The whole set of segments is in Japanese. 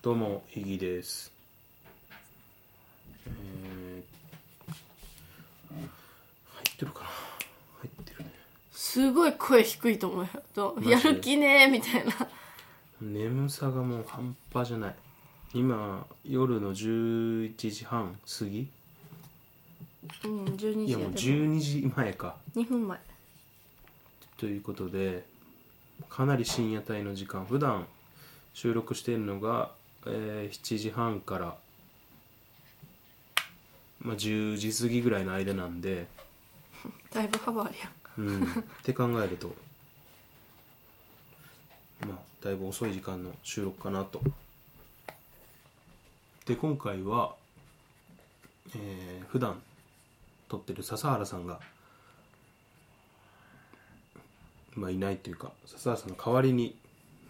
どうも、イギです。えー入ってるかな入ってるね。すごい声低いと思うよとマジでやる気ねーみたいな眠さがもう半端じゃない。今、夜の11時半過ぎうん12い時や、やもうでも12時前か。 2分前ということで、かなり深夜帯の時間。普段収録しているのが、えー7時半から、まあ、10時過ぎぐらいの間なんで、だいぶ幅あるやんうん、って考えるとまあだいぶ遅い時間の収録かなとで今回はえー、普段撮ってる笹原さんがまあいないというか笹原さんの代わりに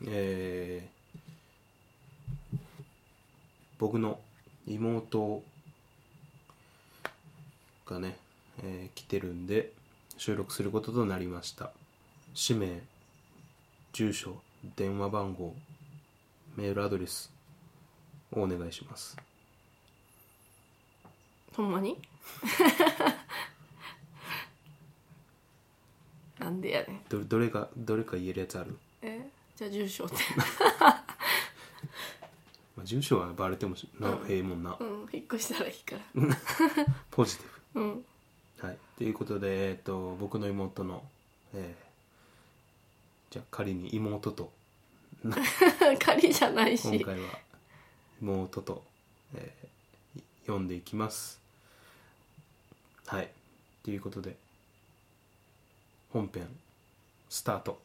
えー、僕の妹がね、えー来てるんで収録することとなりました氏名住所電話番号メールアドレスをお願いしますほんまに なんでやねんどれどれかどれか言えるやつある、えじゃあ住所ってまあ、住所はバレてもしなええもんなうん引っ越したらいいからポジティうん ブはいということで、えっと僕の妹のえーじゃあ仮に妹と仮じゃない今し回は妹と、えー読んでいきますはいということで本編スタート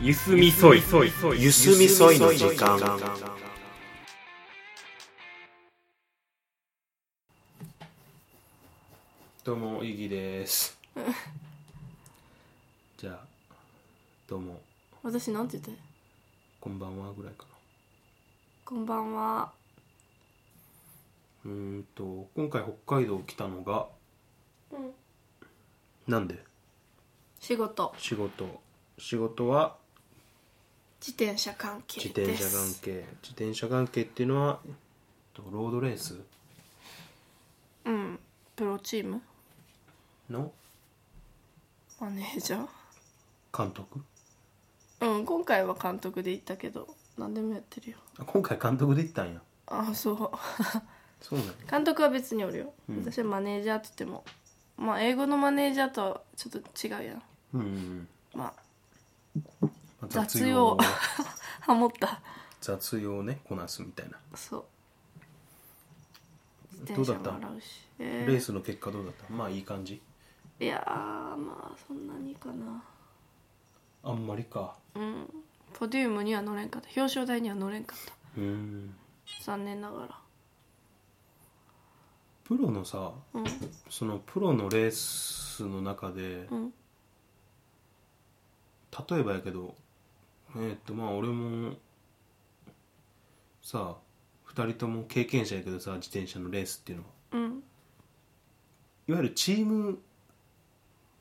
ゆすみそいゆすみそいの時間どうもイギです じゃあどうも私なんて言ったこんばんはぐらいかこんばんはなうーんと今回北海道来たのが、うんなんで仕事仕事仕事は自転車関係自です転車関係自転車関係っていうのはえっとロードレースうんプロチームのマネージャー監督うん今回は監督で行ったけど何でもやってるよあ今回監督で行ったんやああそうそうなんや監督は別におるよ、うん私はマネージャーって言ってもまあ英語のマネージャーとはちょっと違うやんうんうんうん、まあまあ雑用をハモった雑用をねこなすみたいなそう自ど転うだった車も洗うしレえースの結果どうだったまあいい感じーいやーまあそんなにかなあんまりかうんポディウムには乗れんかった表彰台には乗れんかったうん残念ながらプロのさうんそのプロのレースの中でうん例えばやけどえーっとまあ俺もさ2人とも経験者やけどさ自転車のレースっていうのはうんいわゆるチーム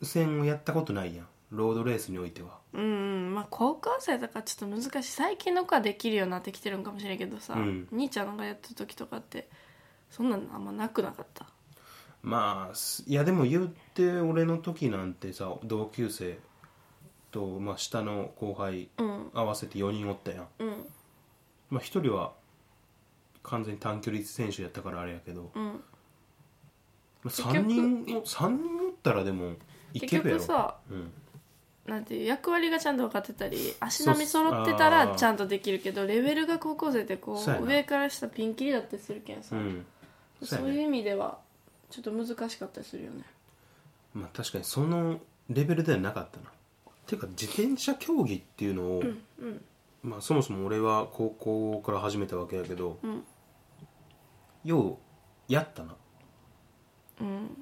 戦をやったことないやんロードレースにおいてはうんまあ高校生とかちょっと難しい最近の子はできるようになってきてるんかもしれんけどさ、うん兄ちゃんがやった時とかってそんなのあんまなくなかったまあすいやでも言って俺の時なんてさ同級生と、まあ、下の後輩うん合わせて4人おったやん、うんまあ、1人は完全に短距離選手やったからあれやけど、うんまあ、結局3人お三人おったらでもいけ結るやろ局さうん、なんていう役割がちゃんと分かってたり足並み揃ってたそうらっすちゃんとできるけどレベルが高校生ってこそうやうな上から下ピンキリだったりするけんさ、うんそうそうやいうね意味ではちょっと難しかったりするよねまあ、確かにそのレベルではなかったなていうか自転車競技っていうのを、うんまあ、そもそも俺は高校から始めたわけやけどうんようやったなうん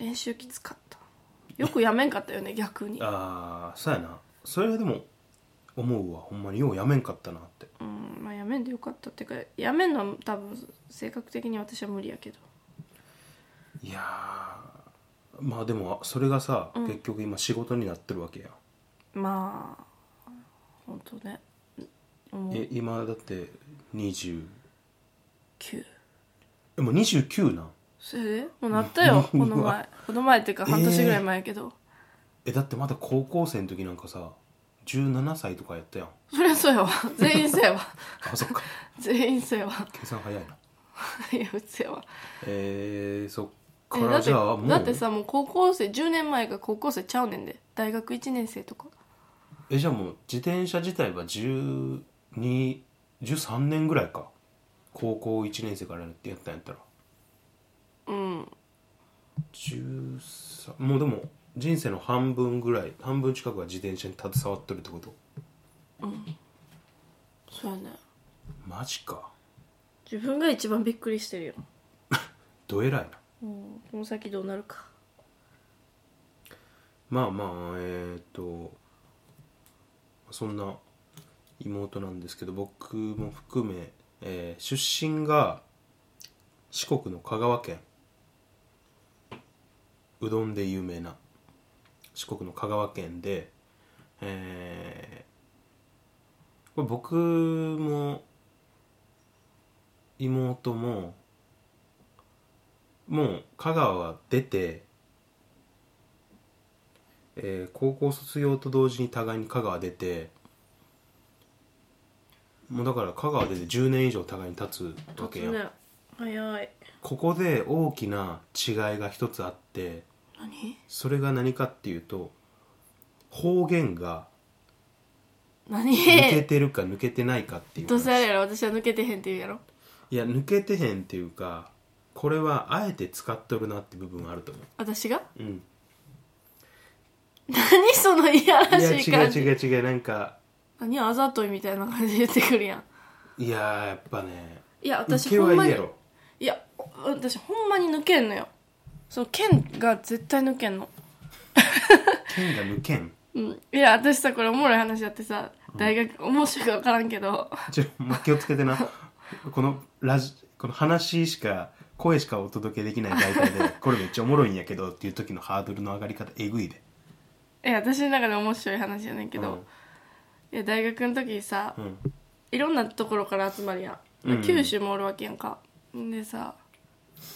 練習きつかったよくやめんかったよね逆にああそうやなそれはでも思うわほんまにようやめんかったなってうんまあやめんでよかったっていうかやめんのは多分性格的に私は無理やけどいやーまあでもそれがさ、うん結局今仕事になってるわけやんまあ本当ねもうえ今だって20 9えもう29なんそれで もうなったよこのうわ前この前っていうか半年ぐらい前やけど、えだってまだ高校生の時なんかさ17歳とかやったやんそりゃそうやわ全員そうやわあ そっか全員そうやわ計算早いないやうつやわえー、そっかえだらってじゃあもうだってさもう高校生10年前が高校生ちゃうねんで大学1年生とかえじゃあもう自転車自体は1213年ぐらいか高校1年生からやってやったんやったらうん13もうでも人生の半分ぐらい半分近くは自転車に携わっとるってことそうやねマジか自分が一番びっくりしてるよ、どえらいなうん、この先どうなるかまあまあえーっとそんな妹なんですけど僕も含め、えー出身が四国の香川県うどんで有名な四国の香川県でえーこれ僕も妹ももう香川は出てえー高校卒業と同時に互いに香川出てもうだから香川出て10年以上互いに立つわけやん、ね早いここで大きな違いが一つあって何それが何かっていうと方言が抜け何てるか抜けてないかっていうどう話せあれやろ私は抜けてへんって言うやろいや抜けてへんっていうかこれはあえて使っとるなって部分あると思私がう、うん、何そのいやらいやしい違う感じ違う違うなんか何あざといみたいな感じで言ってくるやんいやーやっぱねいや受私けほはんいまいにやろいや私ほんまに抜けんのよその剣が絶対抜けんの剣が抜けんうんいや私さこれおもろい話やってさ大学、面白いか分からんけどちょま気をつけてなこのラジこの話しか声しかお届けできない媒体でこれめっちゃおもろいんやけどっていう時のハードルの上がり方えぐいでいや私の中で面白い話やねんけど、いや大学の時さ、うん、うんいろんなところから集まるやん、うん九州もおるわけやんかでさ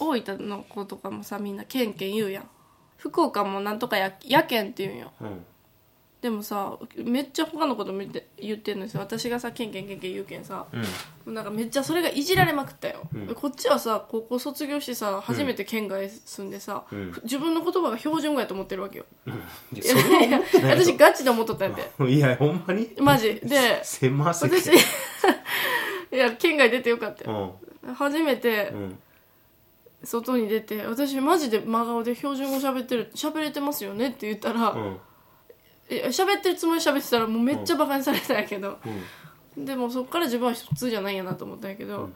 大分の子とかもさみんなケンケン言うやん福岡もなんとかややけんって言うんようんでもさめっちゃ他のこと見て言ってんのにさ私がさケンケンケンケン言うけんさ、うんなんかめっちゃそれがいじられまくったよ、うんこっちはさ高校卒業してさ初めて県外住んでさ、うん自分の言葉が標準語やと思ってるわけよ、いやそれは思ってない 私ガチで思っとったんやてといやほんまにマジで狭すぎ私 いや県外出てよかったうよ、ん初めてうん外に出て私マジで真顔で標準語喋ってる喋れてますよねって言ったら、うんいや喋ってるつもりで喋ってたらもうめっちゃバカにされたんやけど、うんでもそっから自分は普通じゃないんやなと思ったんやけうど、ん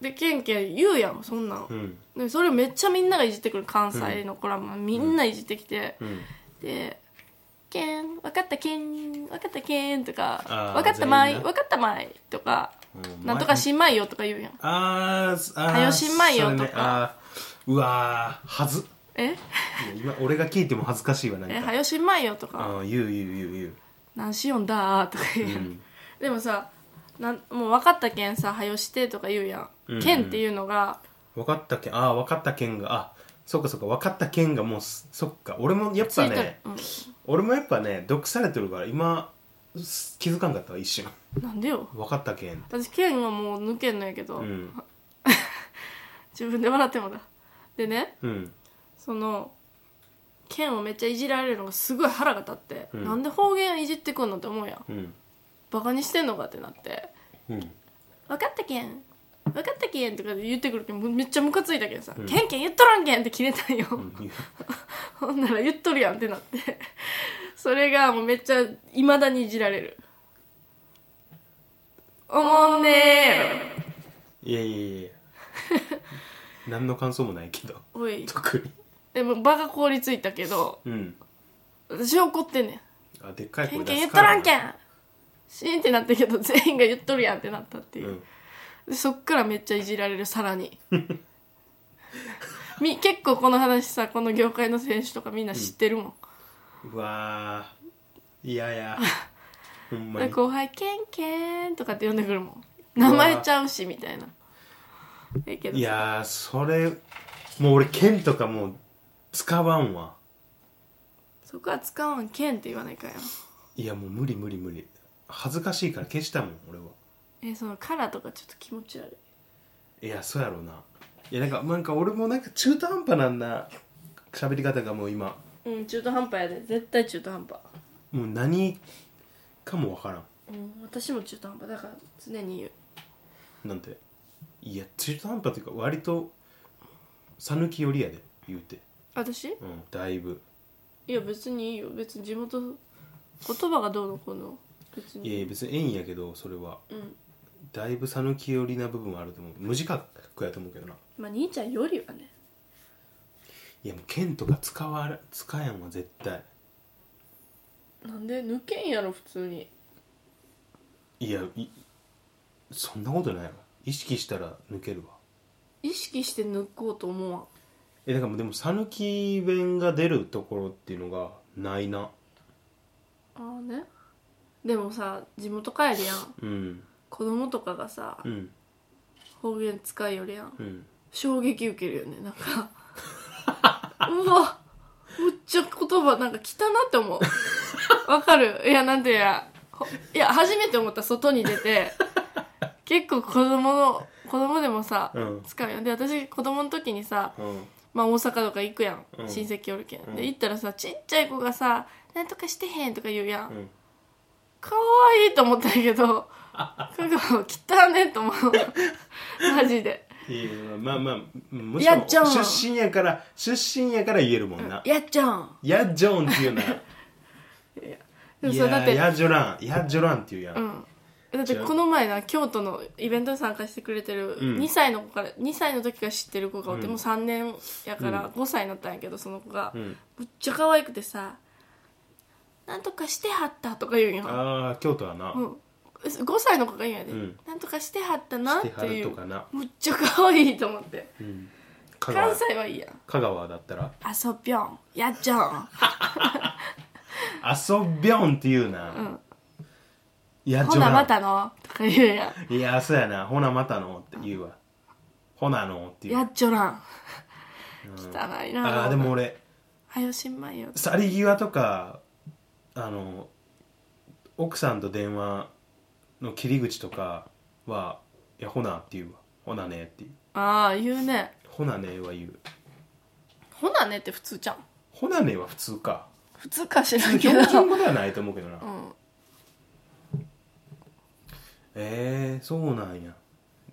でケンケン言うやんそんなん、うんでそれをめっちゃみんながいじってくる関西の子らもみんないじってきて、うんで「ケン分かったケン分かったケン」とかあー「分かったま全員いな分かったまい」とかう「んなんとか新米よ」とか言うやんあーあ早しんまいよとかそれねあーうわーはずえいや今俺が聞いても恥ずかしいわなんかえはよ新米よ」とかあー言う言う言う言う「何しよんだ」とか言うやん、うんでもさなんもう分かったけんさ「はよして」とか言うやん「うんけん」っていうのが分かったけんああ分かったけんがあそっかそっか分かったけんがもうすそっか俺もやっつぱいてる、ね俺もやっぱね毒されてるから今す気づかんかったわ一瞬うん、なんでよ分かったけん私ケンはもう抜けんのやけど、うん自分で笑ってもだでねうんそのケンをめっちゃいじられるのがすごい腹が立って、うんなんで方言いじってくんのって思うやうんんバカにしてんのかってなってうん「分かったけん分かったけん」とか言ってくるけんめっちゃムカついたけんさ「うんケンケン言っとらんけん」って切れたんよ、うんほんなら言っとるやんってなって それがもうめっちゃいまだにいじられる「おもんねー いやいやいやいや何の感想もないけどおい特にえでも場が凍りついたけどうん私は怒ってんねんあでっかいけ声ん出けん言すっとらんけなんシーンってなったけど全員が言っとるやんってなったっていうう、んでそっからめっちゃいじられるさらにみ結構この話さこの業界の選手とかみんな知ってるもん、うわーいや やほんまでに後輩「けんけん」とかって呼んでくるもん名前ちゃうしみたいなええけどいやーそれもう俺剣とかもう使わんわそこは使わん「けん」って言わないかんやんいやもう無理無理無理恥ずかしいから消したもん俺はえそのカラーとかちょっと気持ち悪いやそうやろうないやなんかなんか俺もなんか中途半端なんだ喋り方がもう今いうん中途半端やで絶対中途半端もう何かもわからんうん私も中途半端だから常に言うなんていや中途半端というか割と讃岐寄りやで言うて私うんだいぶいや別にいいよ別に地元言葉がどうのこうの別いやにいや別に縁やけどそれはうんだいぶ讃岐寄りな部分はあると思う無自覚やと思うけどなまあ兄ちゃんよりはねいやもう剣とか使われ使やんわ絶対なんで抜けんやろ普通にいやいそんなことないわ意識したら抜けるわ意識して抜こうと思わんえだからもうでも讃岐弁が出るところっていうのがないなああねでもさ地元帰りやんうん子供とかがさうん方言使いよりやんうん衝撃受けるよねなんかうわむっちゃ言葉なんか汚なって思うわかるいやなんてやほいや初めて思った外に出て結構子供の子供でもさ、うん使うよで私子供の時にさ、うんまあ、大阪とか行くやん、うん親戚おるけん、うんで行ったらさちっちゃい子がさ「なんとかしてへん」とか言うやん、うんかわいいと思ったん やけどなんか汚ねえと思うマジでいやまあまあもちやろっちゃうんん出身やから出身やから言えるもんな、やっちゃんやっジョンっていうな でもいさだっやてやジョランやジョランっていうやん、うんだってこの前な京都のイベントに参加してくれてるうん2歳の子から、2歳の時から知ってる子がおって、うんもう3年やから5歳になったんやけどその子が、うんむっちゃ可愛くてさ「なんとかしてはった」とか言うんよ、ああ京都はな、うん、5歳の子が言うんやで、うんなんとかしてはったなっしててはいうるとかな、むっちゃ可愛いと思ってうん、香川関西はいいやん香川だったらあそぴょんやっちゃん「あそびょん」っていうな、んやっほジョなラまンたのとか言うやんいやそうやな「ほなまたの」って言うわ「ほなの」っていうやっちょらん汚いなああでも俺はよしんまいよ去り際とかあの奥さんと電話の切り口とかは「いやほな」って言うわ「ほなね」っていうああ言うね「ほなね」は言うほなねって普通じゃん「ほなね」は普通か普通かしらんけ標ど準語ではないと思うけどな、うんえー、そうなんや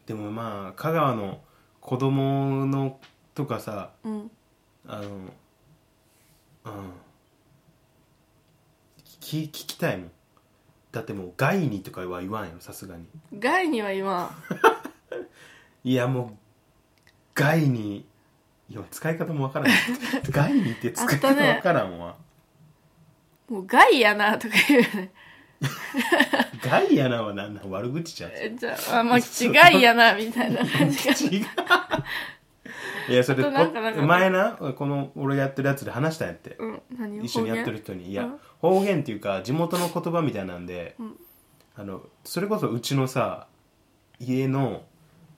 でもまあ香川の子供のとかさうんあのうん聞聞きたいもんだってもう「害に」とかは言わんよさすがに害には言わいやもう「害に」いや使い方もわからない 「害に」って使い方わからんわんもう害やなとか言 うね「害、やな」はなんなん悪口 じゃんえじゃああまあ違いやなみたいな 感じが違ういやそれあとなんかなんかこ前なこの俺やってるやつで話したんやって、うん何を一緒にやってる人にいや、うん方言っていうか地元の言葉みたいなんで、うんあのそれこそうちのさ家の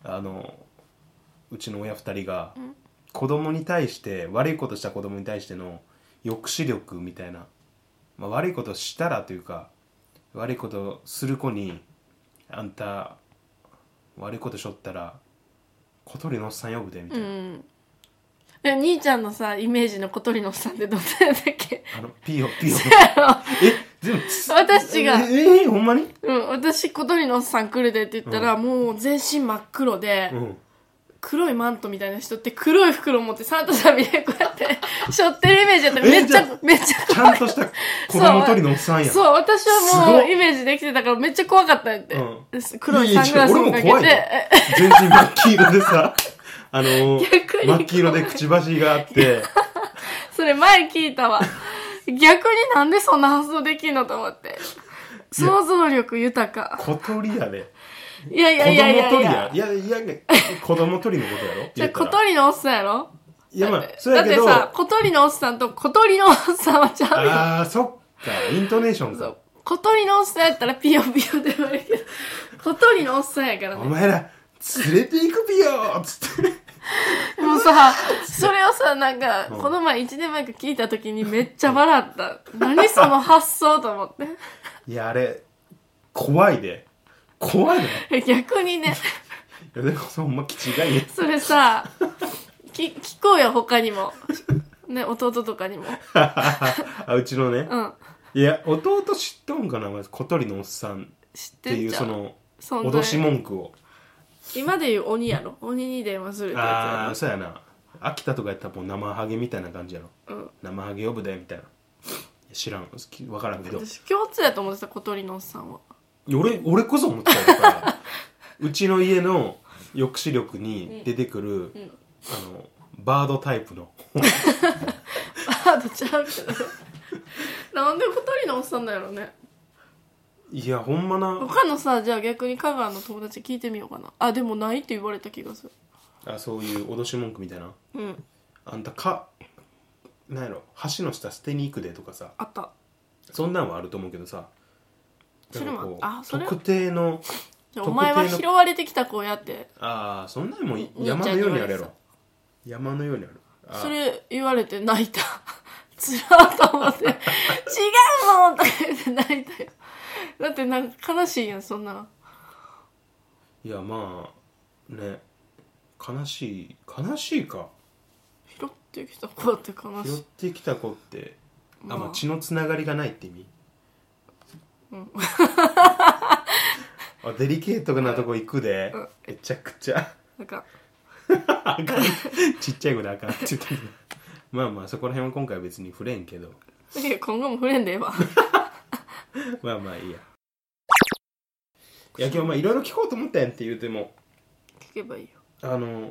あのうちの親二人が、ん子供に対して悪いことした子供に対しての抑止力みたいな、まあ、悪いことしたらというか悪いことする子にあんた悪いことしょったら小鳥のおっさん呼ぶでみたういな、んでも兄ちゃんのさイメージの小鳥のおっさんってどんなやったっけあのピヨ ピヨえ全部つ私がええほんまにうん私小鳥のおっさん来るでって言ったら、もう全身真っ黒で、うん黒いマントみたいな人って黒い袋持ってサンタさんみたいにこうやって 背負ってるイメージだったからめっちえじゃゃめっちゃちゃんとした子供取りのおっさんやん。そう、私すごはもっうイメージできてたからめっちゃ怖かったんやって。うん黒いサングラスをかいやいけや違う俺も怖いて。よえ全 身真っ黄色でさ、あのー逆に真っ黄色でくちばしがあって、それ前聞いたわ。逆になんでそんな発想できんのと思って。想像力豊か。小鳥やねいやい子や供いやい鳥やいやや。いやいや子供鳥のことやろじゃ言あった小ら鳥のおっさんやろいやまあそうだやっけてどさ、小鳥のおっさんと小鳥のおっさんはちゃうよ。あーそっかイントネーションそかう小鳥のおっさんやったらピヨピヨで悪いけど、小鳥のおっさんやからおね。前ら連れて行くぴよーっつってもうさ、それをさ、なんか、うんこの前1年前か聞いた時にめっちゃ笑った。何その発想と思って。いやあれ怖いで怖いね逆にね、いやでもそのほんま気違いねそれさ、き聞こうよ、他にも。ね、弟とかにも。あうちのねうん。いや弟知っとんかなまず小鳥のおっさんっ知っててんいうじゃそん。のそ脅し文句を今で言う鬼やろ。鬼に電話するってあやあそうやな秋田とかやったらもう生ハゲみたいな感じやろつやろ。うん。生ハゲ呼ぶでみたいないや知らんきわからんけど私共通やと思ってた小鳥のおっさんは俺俺こそ思ってたから うちの家の抑止力に出てくる、んあのバードタイプのバードちゃうけどなんで小鳥のおっさんだよねいやほんまな他のさじゃあ逆に香川の友達聞いてみようかなあでもないって言われた気がするあそういう脅し文句みたいなうんあんたかなんやろ橋の下捨てに行くでとかさあったそんなんはあると思うけどさそれもあなんかこうあそれ特定のじゃ特定あのお前は拾われてきた子やってああそんなんもううん山のようにあるやじゃろ山のようにあるあーそれ言われて泣いた つらーと思って「違うもん!」とか言って泣いたよだってなんか悲しいやんそんないやまあね悲しい悲しいか拾ってきた子って悲拾っしいてきた子ってあ、ままああ、血のつながりがないって意味うんあデリケートなとこ行くで、うんめちゃくちゃなんかあかんちっちゃい子であかんって言ったけどまあまあそこら辺は今回は別に触れんけどだけど今後も触れんでええわまあまあいいやいや今日まあいろいろ聞こうと思ったやんって言うても聞けばいいよあの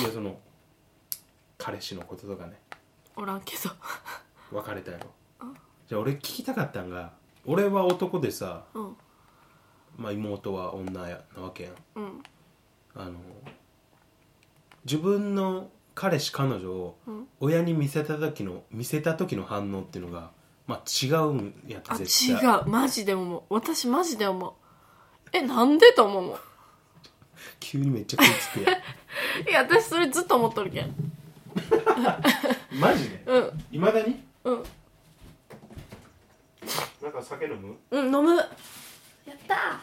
いやその彼氏のこととかねおらんけど別れたやろじゃあ俺聞きたかったんが俺は男でさ、うんまあ、妹は女やなわけやんうんあの自分の彼氏彼女をうん親に見せた時の見せた時の反応っていうのがまあ違うんやあって違絶対うマジで思う私マジで思うえなんでと思うも急にめっちゃ食いつくやんいや私それずっと思っとるけんん マジでうんいまだにうんなんか酒飲むうん飲むやった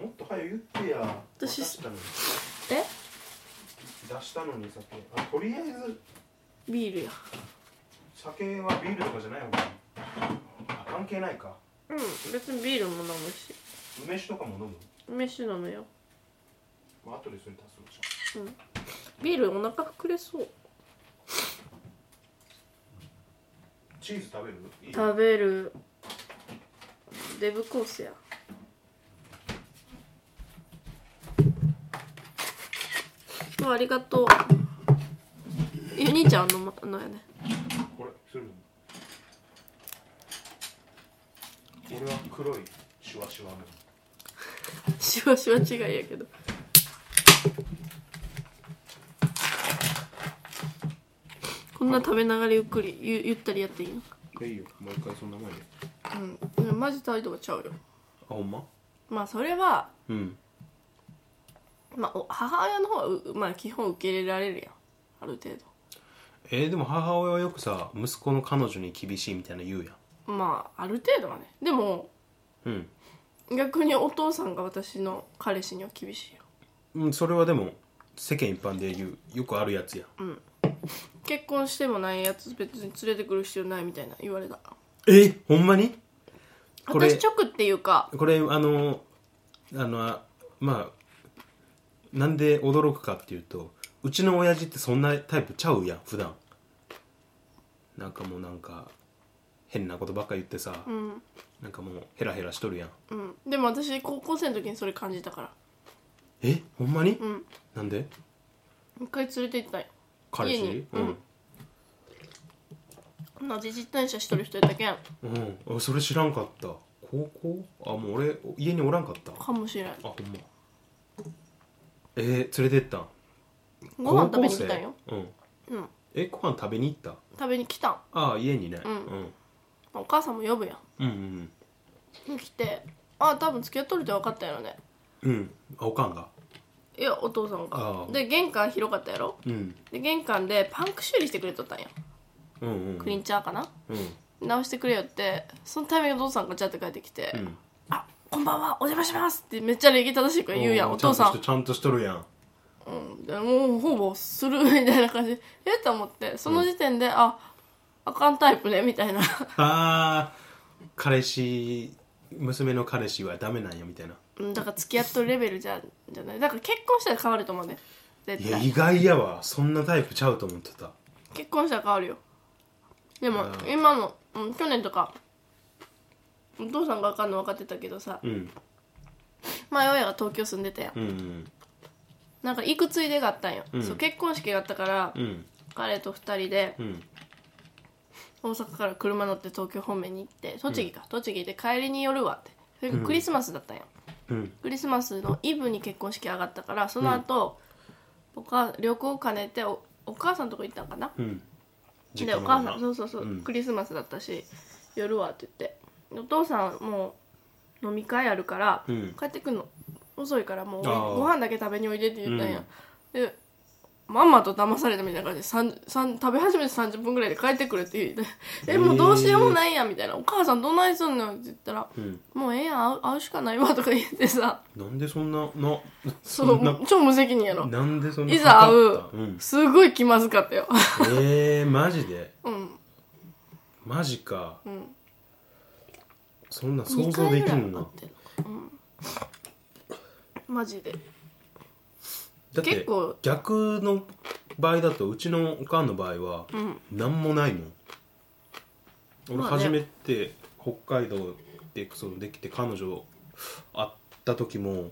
もっと早く言ってや私出したのにーえ出したのに酒あとりあえずビールや酒はビールとかじゃないのかなあ関係ないかうん別にビールも飲むし梅酒とかも飲む飯飲むよまあ後でそれ足すのじビールお腹くれそうゃんチーズ食べるいい食べるデブコースやありがとうゆにちゃんのものやねこれするの俺は黒いシュワシュワのしわしわ違いやけどこんな食べながらゆっくりゆゆったりやっていいのいいよ毎回そんなもんやうんマジ態度がちゃうよあほんままあそれは、うんまあ、お母親の方はう、まあ、基本受け入れられるやんある程えー、でも母親はよくさ息子の彼女に厳しいみたいな言うやん度まあある程度はねでもうん逆にお父さんが私の彼氏には厳しいようん、それはでも世間一般で言うよくあるやつやん結婚してもないやつ別に連れてくる必要ないみたいな言われたえほんまにこれ私直っていうかこれあのあのあまあなんで驚くかっていうとうちの親父ってそんなタイプちゃうやん普段なんかもうなんか変なことばっか言ってさ、うんなんかもうヘラヘラしとるやんうんでも私高校生の時にそれ感じたからえほんまに、うんなんで一回連れて行ったんよ彼家に氏、うんな自転車一人一人だけんうんあそれ知らんかった高校あもう俺家におらんかったあかもしれんほんまえー、連れてったんご飯食べに来たんよ高校生うんうんえご飯食べに行った食べに来たんああ家にねうんうんお母さんも呼ぶやうんん来てあ多分付き合っとるって分かったやろねうんうんあおかんがいやお父さんあがあで玄関広かったやろうんで玄関でパンク修理してくれとったんやうんうんクリンチャーかなうん直してくれよってそのタイミングでお父さんがちゃって帰ってきて「うんあこんばんはお邪魔します」ってめっちゃ礼儀正しいから言うやんおちゃ父とさしんてちゃんとしとるやんでもうほぼするみたいな感じでえっと思ってその時点で、ああかんタイプねみたいなあー彼氏娘の彼氏はダメなんやみたいなうんだから付き合っとるレベルじゃじゃないだから結婚したら変わると思うねい絶や対意外やわそんなタイプちゃうと思ってた結婚したら変わるよでもうん今の、うん、去年とかお父さんがあかんの分かってたけどさうん前親が東京住んでたやんうんなんか行くついでがあったんよ、うんそう結婚式があったから、うん彼と2人でうん大阪から車乗って東京方面に行って栃木か、栃木で帰りに寄るわってそれがクリスマスだったんよ、うんクリスマスのイブに結婚式上がったからその後、僕は旅行を兼ねておお母さんとこ行ったんかなうんでお母さんそうそうそう、うんクリスマスだったし夜はって言ってお父さんもう飲み会あるから、うん帰ってくるの遅いからもうあーご飯だけ食べにおいでって言ったんやうん、でまんまと騙されたみたいな感じでさんさん食べ始めて30分ぐらいで帰ってくるって言って 「えもうどうしようもないやん」みたいな「お母さんどないすんの?」って言ったらうん「もうええやん会う会うしかないわ」とか言っ てさなんでそんななそんなう超無責任やろなんでそんないざ会ううん、すごい気まずかったよ えー、マジでうんマジかうんそんな想二像回でぐきらいん会のってんのうんマジでだって結構逆の場合だとうちのおかんの場合はうん何もないもん俺まあね初めて北海道でそのできて彼女会った時も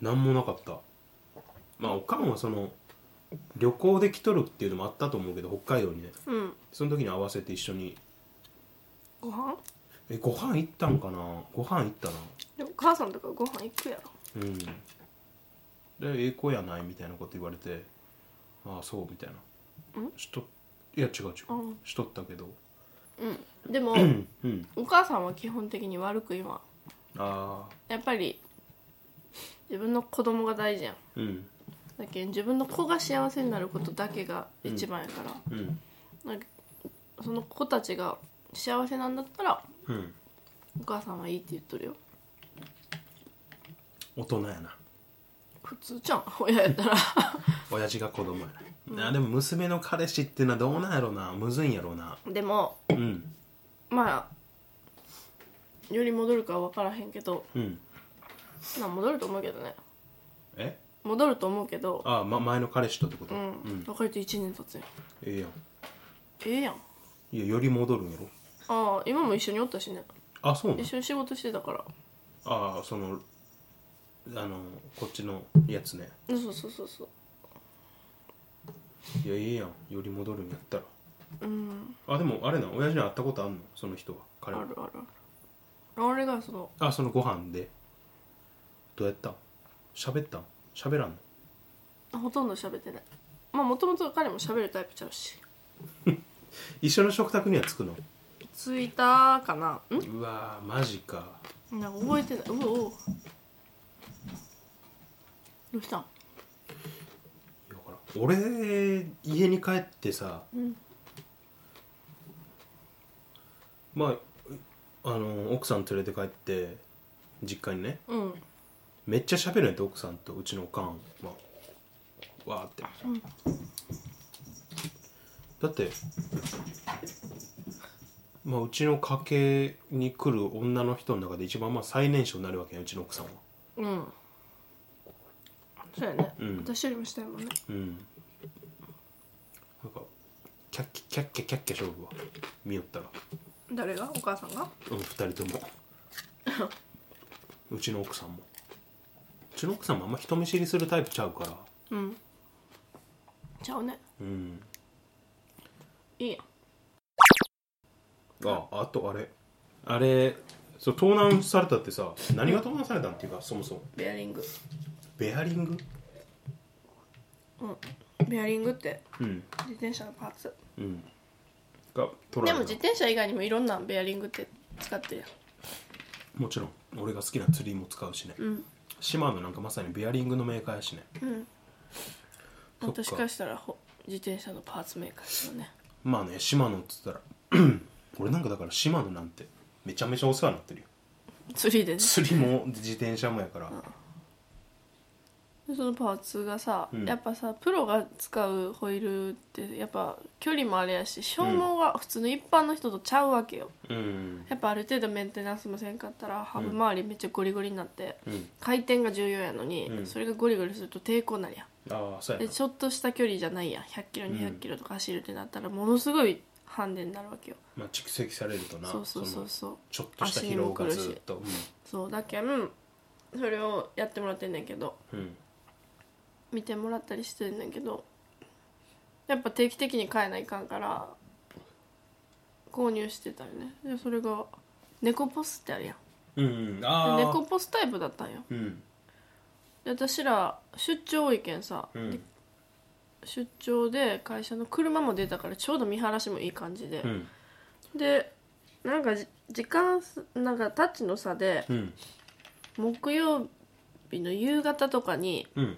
何もなかったまあおかんはその旅行で来とるっていうのもあったと思うけど北海道にねうんその時に合わせて一緒にご飯えご飯行ったんかなご飯行ったなでも母さんとかご飯行くやろうんでええ子やないみたいなこと言われてああそうみたいなんしといや違う違ううしとったけどうんでもうんうんお母さんは基本的に悪く言わんああやっぱり自分の子供が大事やんうんだけん自分の子が幸せになることだけが一番やから、うんなんかその子たちが幸せなんだったらうんお母さんはいいって言っとるよ大人やな普通じゃん親やったら 親父が子供やな、あでも娘の彼氏ってのはどうなんやろうなむずいんやろうなでもうんまあより戻るかは分からへんけどうんまあ戻ると思うけどねえ戻ると思うけどああ、ま、前の彼氏とってことうん、別れて1年経つやんええやんええやんいやより戻るんやろああ今も一緒におったしねあそうなの一緒に仕事してたからああそのあのこっちのやつねうんそうそうそうそういやいいやんより戻るんやったらうんあでもあれな親父に会ったことあんのその人はあ彼るはあるある俺がそのあそのご飯でどうやったん喋ったん喋らんのほとんど喋ってないまあもともと彼も喋るタイプちゃうし一緒の食卓には着くの着いたかなうわーマジかんなんか覚えてないうおうおうどうしたんだから俺家に帰ってさ、んまああの奥さん連れて帰って実家にねうんめっちゃ喋るんやって奥さんとうちのおかんはわーって、だってまあうちの家系に来る女の人の中で一番まあ最年少になるわけやうちの奥さんはうんそうやね、うん私よりも下やもんねうんなんかキャッキャキャッキャキャッキャ勝負は見よったら誰がお母さんがうん2人ともうちの奥さんもうちの奥さんもあんま人見知りするタイプちゃうからうんちゃうねうんいいやんああとあれあれそう盗難されたってさ何が盗難されたんっていうかそもそもベアリングベアリングうんベアリングってうん自転車のパーツうんが取でらもれ自た転車以外にもいろんなベアリングって使ってるもちろん俺が好きな釣りも使うしねやんうんシマノなんかまさにベアリングのメーカーやしねうんそっか私からしたらほ自転車のパーツメーカーだよねまあねシマノっつったら 俺なんかだからシマノなんてめちゃめちゃお世話になってるよ釣りでね釣りも自転車もやからでそのパーツがさ、うんやっぱさプロが使うホイールってやっぱ距離もあれやし消耗が普通の一般の人とちゃうわけよ、うんやっぱある程度メンテナンスもせんかったらハブ周りめっちゃゴリゴリになって、うん回転が重要やのに、うんそれがゴリゴリすると抵抗になるやんああそうやでなちょっとした距離じゃないやん100キロ200キロとか走るってなったらものすごいハンデになるわけよ、まあ蓄積されるとなそうそうそのうそうちょっとした疲労がずっとそうだけんそれをやってもらってんねんけどうんうん見てもらったりしてんねんけどやっぱ定期的に買えないかんから購入してたよねでそれが猫ポスってあるやんうんうんああで猫ポスタイプだったんようんで私ら出張多いけんさ、うんで出張で会社の車も出たからちょうど見晴らしもいい感じでう、んでなんかじ時間すなんかタッチの差でうん木曜日の夕方とかにうん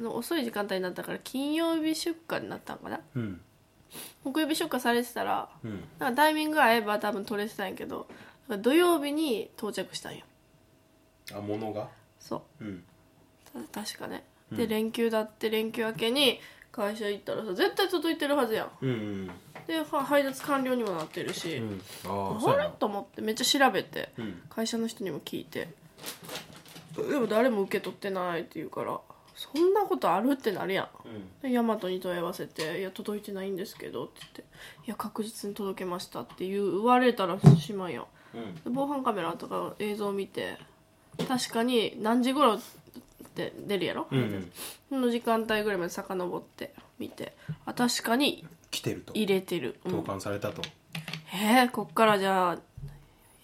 の遅い時間帯になったから金曜日出荷になったんかなうん木曜日出荷されてたらうんなんかタイミング合えば多分取れてたんやけどなんか土曜日に到着したんよあ物がそううんた確かねうでん連休だって連休明けに会社行ったらさ絶対届いてるはずやんうんうんでは配達完了にもなってるし、うんあああそうれやと思ってめっちゃ調べてなうん会社の人にも聞いてでも誰も受け取ってないって言うからそんなことあるってなるやんうんでヤマトに問い合わせて「いや届いてないんですけど」って言って「いや確実に届けました」って言われたらしまいやんうんで防犯カメラとか映像を見て確かに何時頃って出るやろ、うんその時間帯ぐらいまで遡って見てあ確かに来てると入れてる、うん投函されたとえー、こっからじゃあ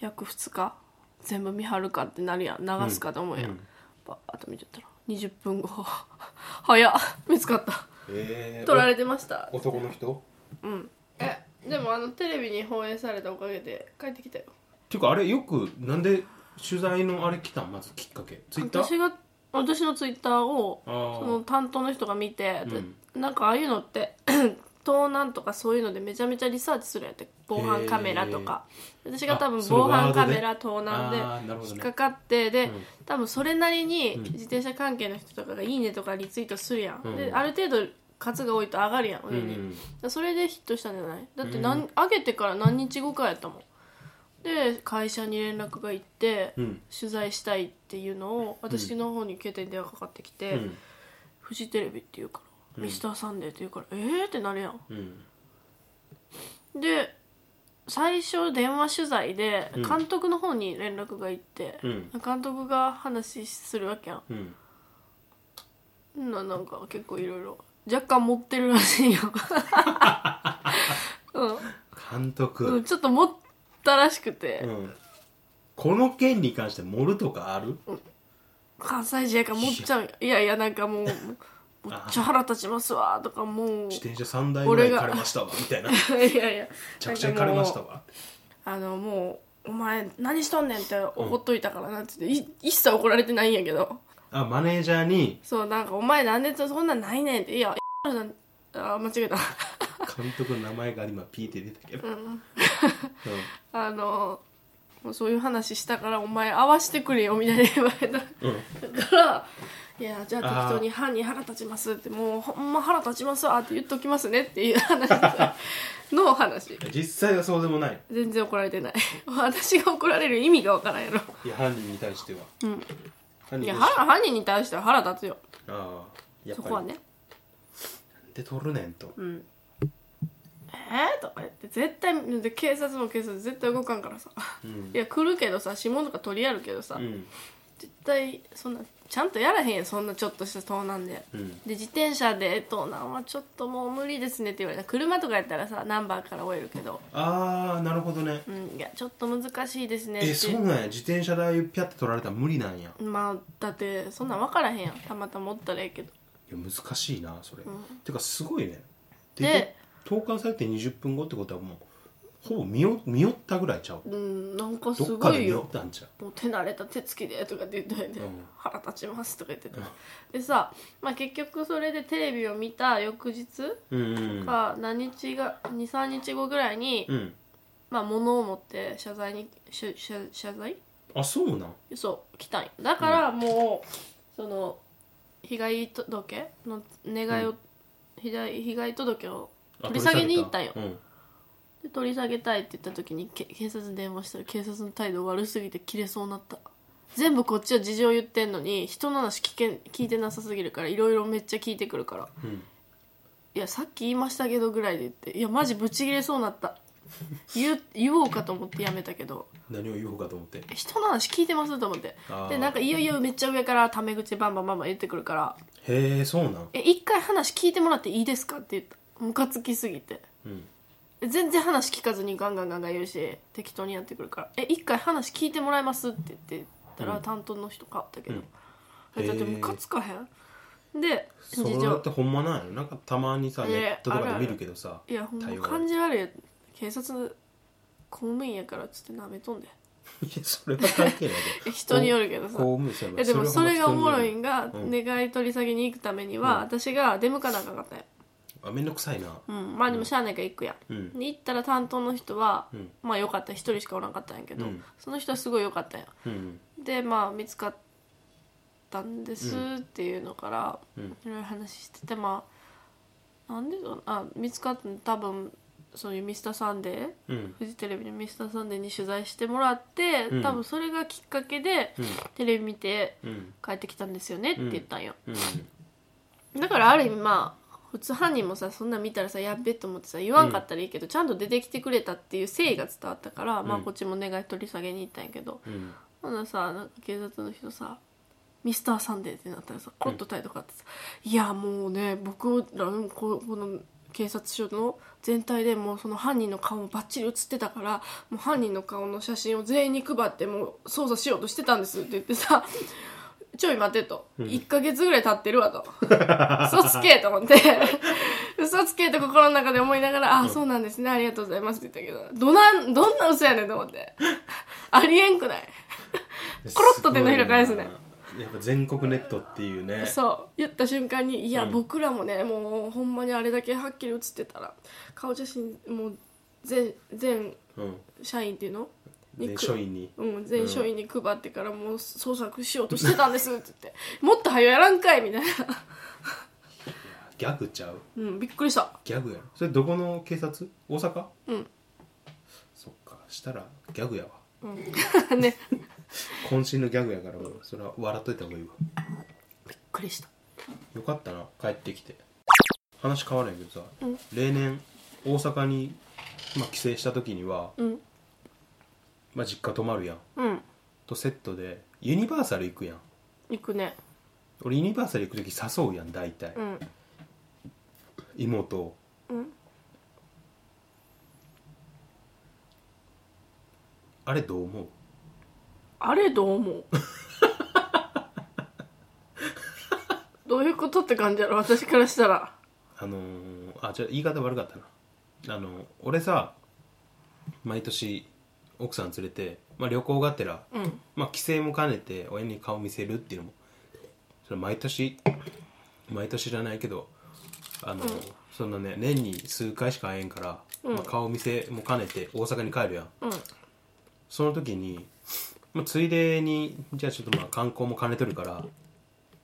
約2日全部見張るかってなるやん流すかと思うやん、うんバーッと見ちゃったら20分後 早っ見つかったええ取られてました男の人っうんえでもあのテレビに放映されたおかげで帰ってきたよていうかあれよくなんで取材のあれ来たんまずきっかけツイッター私が私のツイッターをあそのー担当の人が見て、うんなんかああいうのって 盗難とかそういうのでめちゃめちゃリサーチするんやって防犯カメラとか私が多分あそれ防ワード犯でカメラ盗難であーなるほど引っねかかってで、うん多分それなりにうん自転車関係の人とかが「いいね」とかリツイートするやん、うんである程度数が多いと上がるやんうん上に、だそれでヒットしたんじゃないだってう何上げてから何日後かやったもんで会社に連絡が行って、うん取材したいっていうのを私の方に携帯に電話かかってきて、うんフジテレビっていうから、うんミスターサンデーっていうからええー、ってなるやんうんで最初電話取材でうん監督の方に連絡が行って、うん監督が話するわけやうんんななんか結構いろいろ若干持ってるらし いよ、うん監督うん、ちょっと持ったらしくて、うんこの件に関して盛るとかある関西人やから持っちゃうんやいやいやなんかもうもうめっちゃ腹立ちますわとかもう自転車3台ぐらい俺が枯れましたわみ たいなめいやいやめちゃくちゃに枯れましたわあのもうお前何しとんねんって怒っといたからなっつって、い一切怒られてないんやけどあマネージャーにそうなんかお前なんでそんなんないねんっていやなんあ間違えた監督の名前が今ピーって出たけど、うんあのもうそういう話したからお前合わせてくれよみたいに言われたうんから「いやじゃあ適当に犯人腹立ちます」って「もうほんま腹立ちますわ」って言っときますねっていう話の話実際はそうでもない全然怒られてない私が怒られる意味がわからんやろいや犯人に対しては、犯んい人やには対して犯人に対しては腹立つよああやっぱりそこはねなんで取るねんと、うんえー、とか言って絶対で警察も警察絶対動かんからさ、んいや来るけどさ指紋とか取りやるけどさ、うん絶対そんなちゃんとやらへんよそんなちょっとした盗難でうんで自転車で盗難はちょっともう無理ですねって言われた車とかやったらさナンバーから追えるけどああなるほどねうんいやちょっと難しいですねってえそうなんや自転車代ピャッて取られたら無理なんやまあだってそんなん分からへんやんたまたまおったらええけどいや難しいなそれ、んてかすごいねで投函されて20分後ってことはもうほぼ見よ見よったぐらいちゃううんなんかすどっごかで見いよよったんちゃうもう手慣れた手つきでとかって言って、ねうん腹立ちますとか言ってた、うんでさ、まあ、結局それでテレビを見た翌日うんうんか何日が23日後ぐらいに、うんまあ物を持って謝罪に謝謝謝罪あそうなんそう来たんよだからもう、その被害届の願いを、う被害被害届をあ取り下げに行ったんよ取り下げたで取り下げたいって言った時にけ警察に電話したら警察の態度悪すぎて切れそうになった全部こっちは事情言ってんのに人の話聞けん聞いてなさすぎるからいろいろめっちゃ聞いてくるからうん、うんいやさっき言いましたけどぐらいで言っていやマジブチ切れそうになった言う言おうかと思ってやめたけど何を言おうかと思って人の話聞いてますと思ってあーでなんかいよいよめっちゃ上からタメ口バンバンバンバン言ってくるからへえそうなん「え一回話聞いてもらっていいですか?」って言ったムカつきすぎてうん全然話聞かずにガンガンガンガン言うし適当にやってくるから「え一回話聞いてもらえます」って言ってたらうん担当の人変わったけど、うんえだってへームカつかへんでそ事れだっ情てほんまなんやなんかたまにさねネットとあかるあでる見るけどさいやほん対応ま感じられん警察公務員やからっつってなめとんでいやそれは関係ないえ 人によるけどでさ公務員さんいやでもそれがおもろいんが、うん願い取り下げに行くためにうは、ん私が出向かなあかんかったんよあめんどくさいなうん、まあでもしゃあないから行くや、うんで行ったら担当の人は、うんまあよかった一人しかおらんかったんやけど、うんその人はすごいよかったんやうんでまあ見つかったんですうんっていうのから、うんいろいろ話しててまあなんでかなあ見つかったの多分そういう「ミスターサンデー」うんフジテレビの「ミスターサンデー」に取材してもらって、うん多分それがきっかけで、うんテレビ見てうん帰ってきたんですよねって言ったんよ、うんだからある意味まあ普通犯人もさそんなん見たらさやっべと思ってさ言わんかったらいいけど、ちゃんと出てきてくれたっていう誠意が伝わったから、まあうんこっちも願い取り下げに行ったんやけどうんほんならさなんか警察の人さ「ミスターサンデー」ってなったらさコロッと態度変わってさ「いやもうね僕らのここの警察署の全体でもうその犯人の顔もバッチリ写ってたからもう犯人の顔の写真を全員に配ってもう捜査しようとしてたんです」って言ってさ「ちょい待て」と「1ヶ月ぐらい経ってるわ」 と「嘘つけ」と思って「嘘つけ」と心の中で思いながら「あそうなんですねありがとうございます」って言ったけどどなんどんな嘘やねんと思ってありえんくない コロッと手のひら返すねごいなやっぱ全国ネットっていうねそう言った瞬間にいや、うん僕らもねもうほんまにあれだけはっきり写ってたら顔写真もう全全うん社員っていうのにねく署員にうん、全署員に配ってからもう捜索しようとしてたんですって言って「もっと早やらんかい」みたいな、ギャグちゃう うん、びっくりしたギャグやろそれどこの警察大阪うんそっかしたらギャグやわうん ねびっ渾身のギャグやからもうそれは笑っといた方がいいわくりしたよかったな帰ってきて話変わらんやけどさ、うん例年大阪に、まあ、帰省した時には、うんまあ、実家泊まるやんうんとセットでユニバーサル行くやん行くね俺ユニバーサル行く時誘うやん大体、うん妹をうんあれどう思うあれどう思う どういうことって感じやろ私からしたらあのー、あじゃ言い方悪かったなあのー俺さ毎年奥さん連れて、まあ、旅行がてら、うんまあ、帰省も兼ねて親に顔見せるっていうのもそれ毎年毎年じゃないけどあのー、そんなね年に数回しか会えんから、まあ、顔見せも兼ねて大阪に帰るやんうんその時に、まあ、ついでにじゃあちょっとまあ観光も兼ねとるから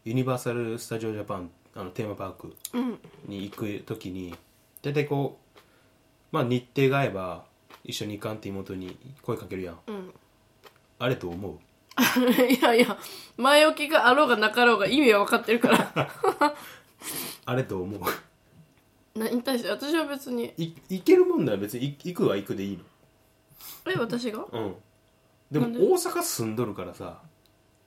ユニバーサル・スタジオ・ジャパンあのテーマパークうんに行く時に大体こう、まあ、日程が合えば一緒に行かんって妹に声かけるやんうんあれと思う いやいや前置きがあろうがなかろうが意味は分かってるから あれと思う 何に対して私は別にい行けるもんなら別に行くは行くでいいえ私がのうんでなんでも大阪住んどるからさ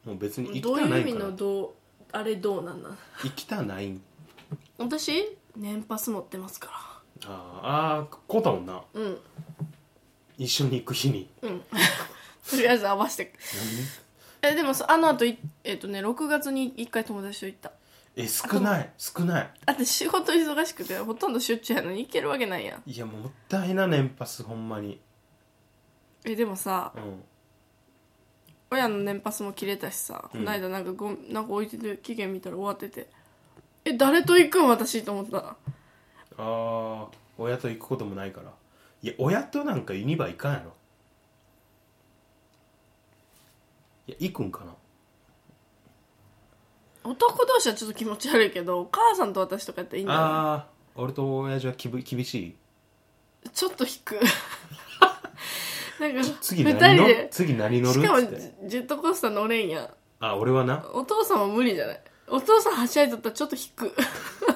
もう別に行きどうたいなうい意味からのどうあれどうなんなん行きたないん私年パス持ってますかあーあーこうだもんならうん一緒に行く日にうんとりあえず合わせて何 えでもそあのあとえっ、とね6月に1回友達と行ったえ少ない少ないだって仕事忙しくてほとんど出張やのに行けるわけないやんいやもうもったいな年パスほんまにえでもさうん親の年パスも切れたしさ、うんこないだなんかごなんか置いてて期限見たら終わっててえ誰と行くん私と思ったああ親と行くこともないからいや親となんかユニバ行かんやろいや行くんかな男同士はちょっと気持ち悪いけどお母さんと私とかやったらいいんだよああ俺と親父はきぶ厳しいちょっと引く なんか次二何人乗るで次何乗るしかもっつってジジェットコースター乗れんやんあ俺はなお父さんは無理じゃないお父さんはしゃいとったらちょっと引く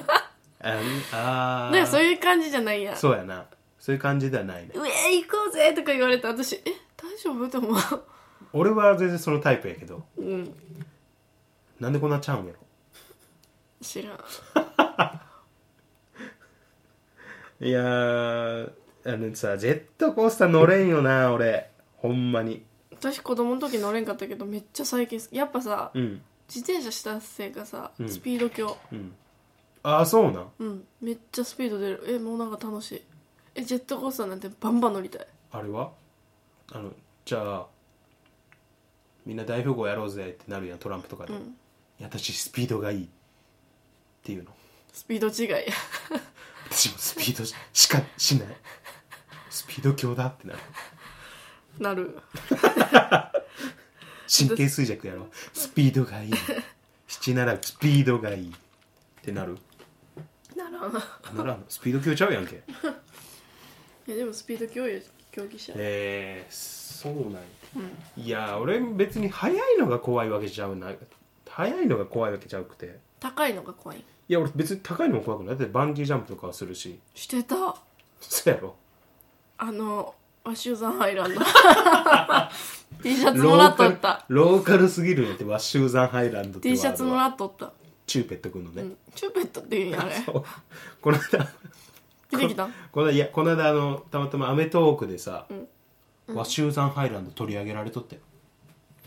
ああーなんかそういう感じじゃないやんそうやなそういう感じではないね上行こうぜとか言われた私え大丈夫と思う俺は全然そのタイプやけどうん なんでこんなちゃうんやろ知らんいやあのさジェットコースター乗れんよな俺ほんまに私子供の時乗れんかったけどめっちゃ最近好きやっぱさうん自転車したせいかさうんスピード強うんああそうなんうん、めっちゃスピード出るえもうなんか楽しいえジェットコースターなんてバンバン乗りたいあれはあのじゃあみんな大富豪やろうぜってなるやんトランプとかで、うんいや私スピードがいいっていうのスピード違い 私もスピードししかしないスピード強だってなるなる神経衰弱やろスピード がいい七並びスピードがいいってなる ならんならんのスピード強ちゃうやんけえでもスピード強い競技者えー、そうなんや、いやー俺別に速いのが怖いわけちゃうな速いのが怖いわけちゃうくて高いのが怖いいや俺別に高いのも怖くないだってバンジージャンプとかはするししてたそうやろあのアシュザンハイランド T シャツもらっとったローカルローカルすぎるんやってワッシューザンハイランドってワー T ドシはャツもらっとった、チューペットくんのね、うん、チューペットって言うんやあ れそうこの間出てきたこのいやこの間あのたまたま『アメトーーク』でさ、んワシューザンハイランド取り上げられとって、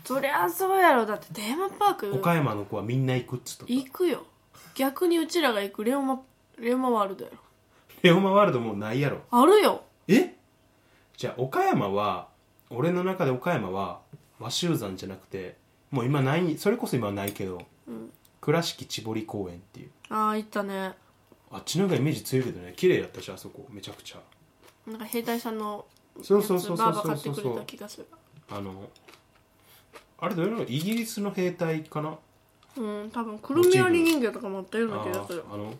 そりゃそうやろだってテーマパーク岡山の子はみんな行くっつった行くよ逆にうちらが行くレオマレオマワールドやろレオマワールドもうないやろあるよえじゃあ岡山は俺の中で岡山は和州山じゃなくてもう今ないそれこそ今はないけど、倉敷千堀公園っていうああ行ったねあっちの方がイメージ強いけどね綺麗やったしあそこめちゃくちゃなんか兵隊さんのそうそうそうそバうーそバーう買ってそうくれた気がするあのあれどういうのイギリスの兵隊かなうん多分くるみ割り人形とか持ってるようなあ気がするーあの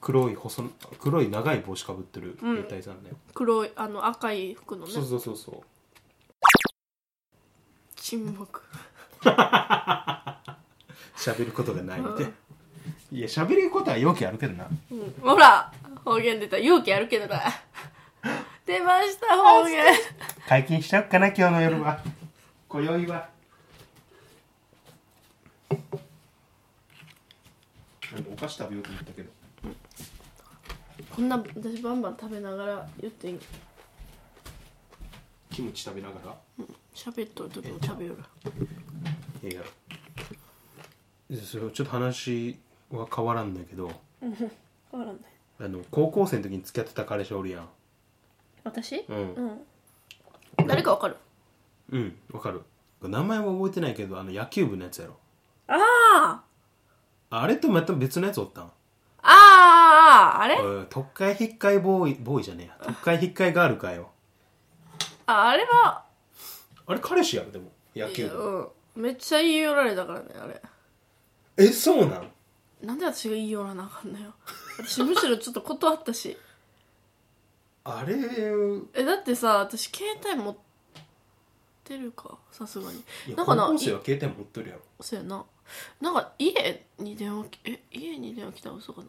黒い細黒い長い帽子かぶってる兵隊さんね、黒いあの赤い服のねそうそうそうそう沈黙喋ることがないみたいな、いや喋ることは容器あるけどなうんほら方言出た勇気あるけどな 出ました方言解禁しちゃおっかな今日の夜は今宵はなんかお菓子食べようと思ったけどこんな私バンバン食べながら言っていいキムチ食べながら喋っとる時も食べよるいやいやでそれちょっと話は変わらんだけど変わらないあの高校生の時に付き合ってた彼氏おるやん私うんうん誰かわかるうんわかる名前は覚えてないけどあの野球部のやつやろあああれとまた別のやつおったんあああおれいおい特会引っかいボーイボーイじゃねえや特会引っかいガールかよああれはあれ彼氏やろでも野球部うんめっちゃ言い寄られたからねあれえそうなんなんで私が言い寄らなあかんのよ私むしろちょっと断ったし あれえだってさ私携帯持ってるかさすがにいやなんかな高校生は携帯持ってるやろそうやななんか家に電話きえ家に電話来たら嘘かな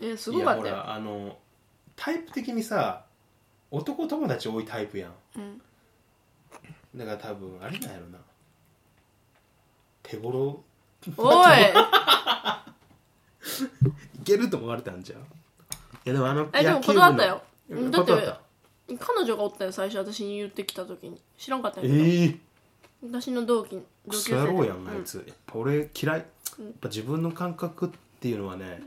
えすごかったいやよほらあのタイプ的にさ男友達多いタイプやんうんだから多分あれなんやろなヘボロおいいけると思われたんじゃんいやでもあのえでも野球部断ったよのだって断った 彼女がおったよ最初私に言ってきた時に知らんかったんえやけど、ー、私の同期ク同級ソ野生郎やんであいつ、やっぱ俺嫌いやっぱ自分の感覚っていうのはね、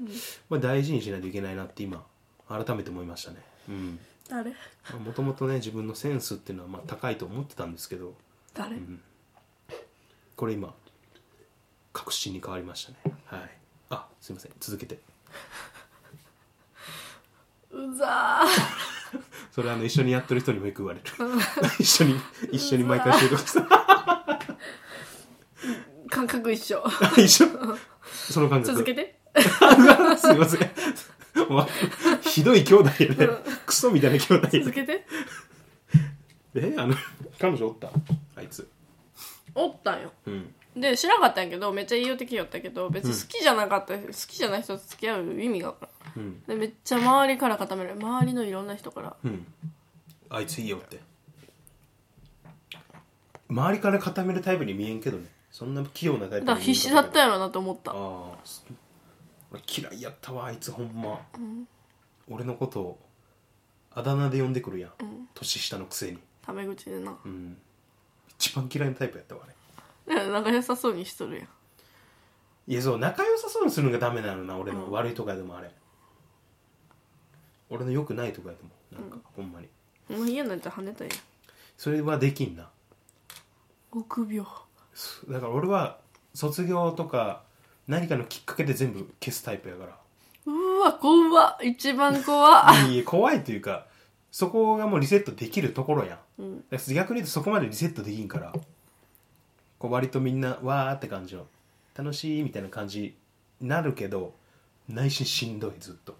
まあ、大事にしないといけないなって今改めて思いましたねうん誰もともとね自分のセンスっていうのはまあ高いと思ってたんですけど誰、これ今確信に変わりましたねはいあすいません続けてうざー それあの一緒にやってる人にもよく言われる一緒に一緒に毎回収録した感覚一緒一緒その感覚続けてすいませんお前ひどい兄弟やねクソみたいな兄弟や続ねけてえあの彼女おったあいつおったんようんで知らんかったんやけどめっちゃ言いよってきよったけど別に好きじゃなかった、好きじゃない人と付き合う意味がわからんうんでめっちゃ周りから固められる周りのいろんな人からうんあいついいよって周りから固めるタイプに見えんけどねそんな器用なタイプだにから見えん必死だったやろなと思ったああ俺嫌いやったわあいつほんま、俺のことをあだ名で呼んでくるやん、年下のくせに、タメ口でなうん、一番嫌いなタイプやったわあれでも仲良さそうにしとるやんいやそう仲良さそうにするのがダメなのな俺の悪いとこやでもあれ俺の良くないとこやでもなんか、ほんまにもう家なんて跳ねたやんそれはできんな臆病すだから俺は卒業とか何かのきっかけで全部消すタイプやからうわ怖っ一番怖っ いやいや怖いというかそこがもうリセットできるところやん、うんだから逆に言うとそこまでリセットできんからこう割とみんなわーって感じの楽しいみたいな感じになるけど内心しんどいずっと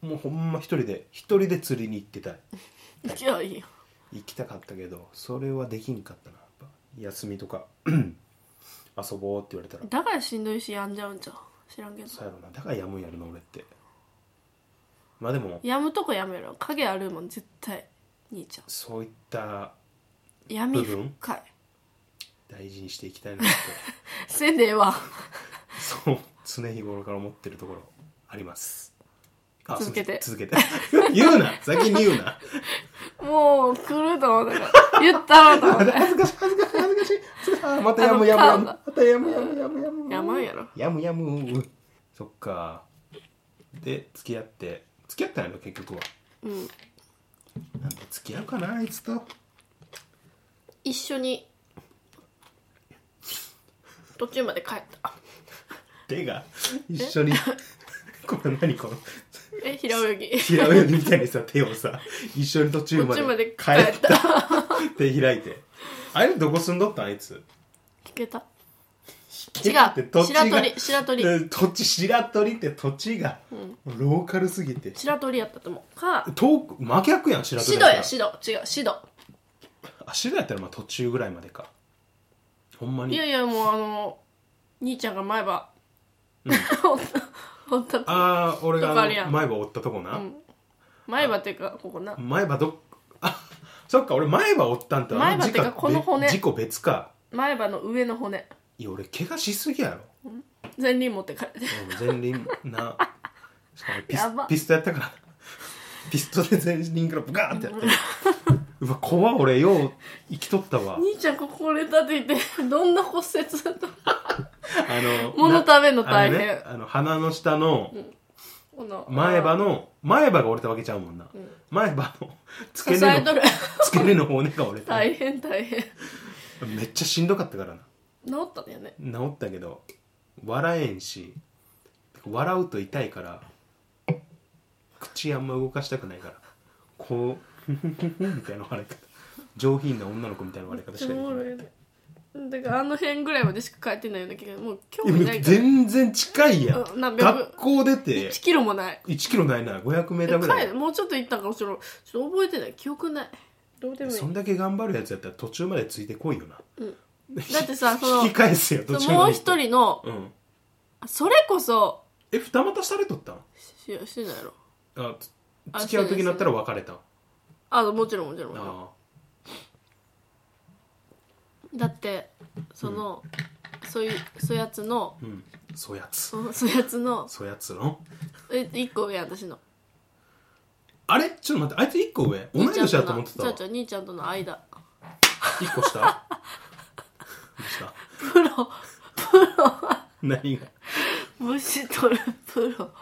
もうほんま一人で一人で釣りに行ってたいいやいいよ行きたかったけどそれはできんかったなやっぱ休みとか 遊ぼうって言われたらだからしんどいしやんじゃうんじゃん知らんけどそうやろなだからやむんやろな俺ってまあでもやむとこやめろ影あるもん絶対兄ちゃそういったん闇部分深い大事にしていきたいなって せんでええわそう常日頃から思ってるところありますあ続けてすいません続けて 言うな先に言うなもう来ると思ったから言ったろうと思って恥ずかしい恥ずかしい恥ずかしいあーまたやむやむやむまたやむやむやむやむやまんやろやむやむそっかで付き合って付き合ったんやろ結局はうんなんで付き合うかなあいつと一緒に途中まで帰った手が一緒 にこれ何このえ平泳ぎ平泳ぎみたいにさ手をさ一緒に途中ま途中までで帰帰っったた手開いてあれどこ住んどったんあいつ聞けた違違ってう土地が白鳥白鳥で土地白鳥って土地が、ローカルすぎて白鳥やったと思うか遠く真逆やん白鳥シドやシド違うシドあ白やったらまあ途中ぐらいまでかほんまいにやいやもうあの兄ちゃんが前歯 本当ああ俺がとこああるやのん前歯折ったとこな、ん前歯っていうかここな前歯どっあそっか俺前歯折ったんってあの前歯ってか事故この骨べ事故別か前歯の上の骨いや俺怪我しすぎやろ前輪持って帰ってうん前輪なしかもピスやばピストやったからピストで前輪からブガーンってやってうわ怖っ俺よう生きとったわ兄ちゃんここ折れたって言ってどんな骨折だったあの物食べんの大変あの,、あの鼻の下のこの前歯の前歯が折れたわけちゃうもんな、前歯の付け支え根とのる付け根の骨が折れた大変大変治めっちゃしんどかったからなったんだよね治ったけど笑えんし笑うと痛いから口あんま動かしたくないからこう みたいな笑い方上品な女の子みたいな笑い方しちかょできもないろいねだからあの辺ぐらいまでしか帰ってないような気がもう興いやも味なういから全然近いやんうんなんか学校出て1キロもない1キロないな 500m ぐら帰いるもうちょっと行ったかもしれないちょっと覚えてない記憶ないどうでもいいそんだけ頑張るやつやったら途中までついてこいよな、だってさその引き返すよ途中そまのでもう一人のうんそれこそえ二股されとったんししてないやろあつあ付き合う時になったら別れたあもちろんもちろんもちろんあだってその、そういうそういうやつのうんそやつうんそういうやつのそやつのえ一個上私のあれちょっと待ってあいつ1個上同い年だと思ってたちゃわうちゃう兄ちゃんとの間1個下どうしたプロ何がむしとるプロ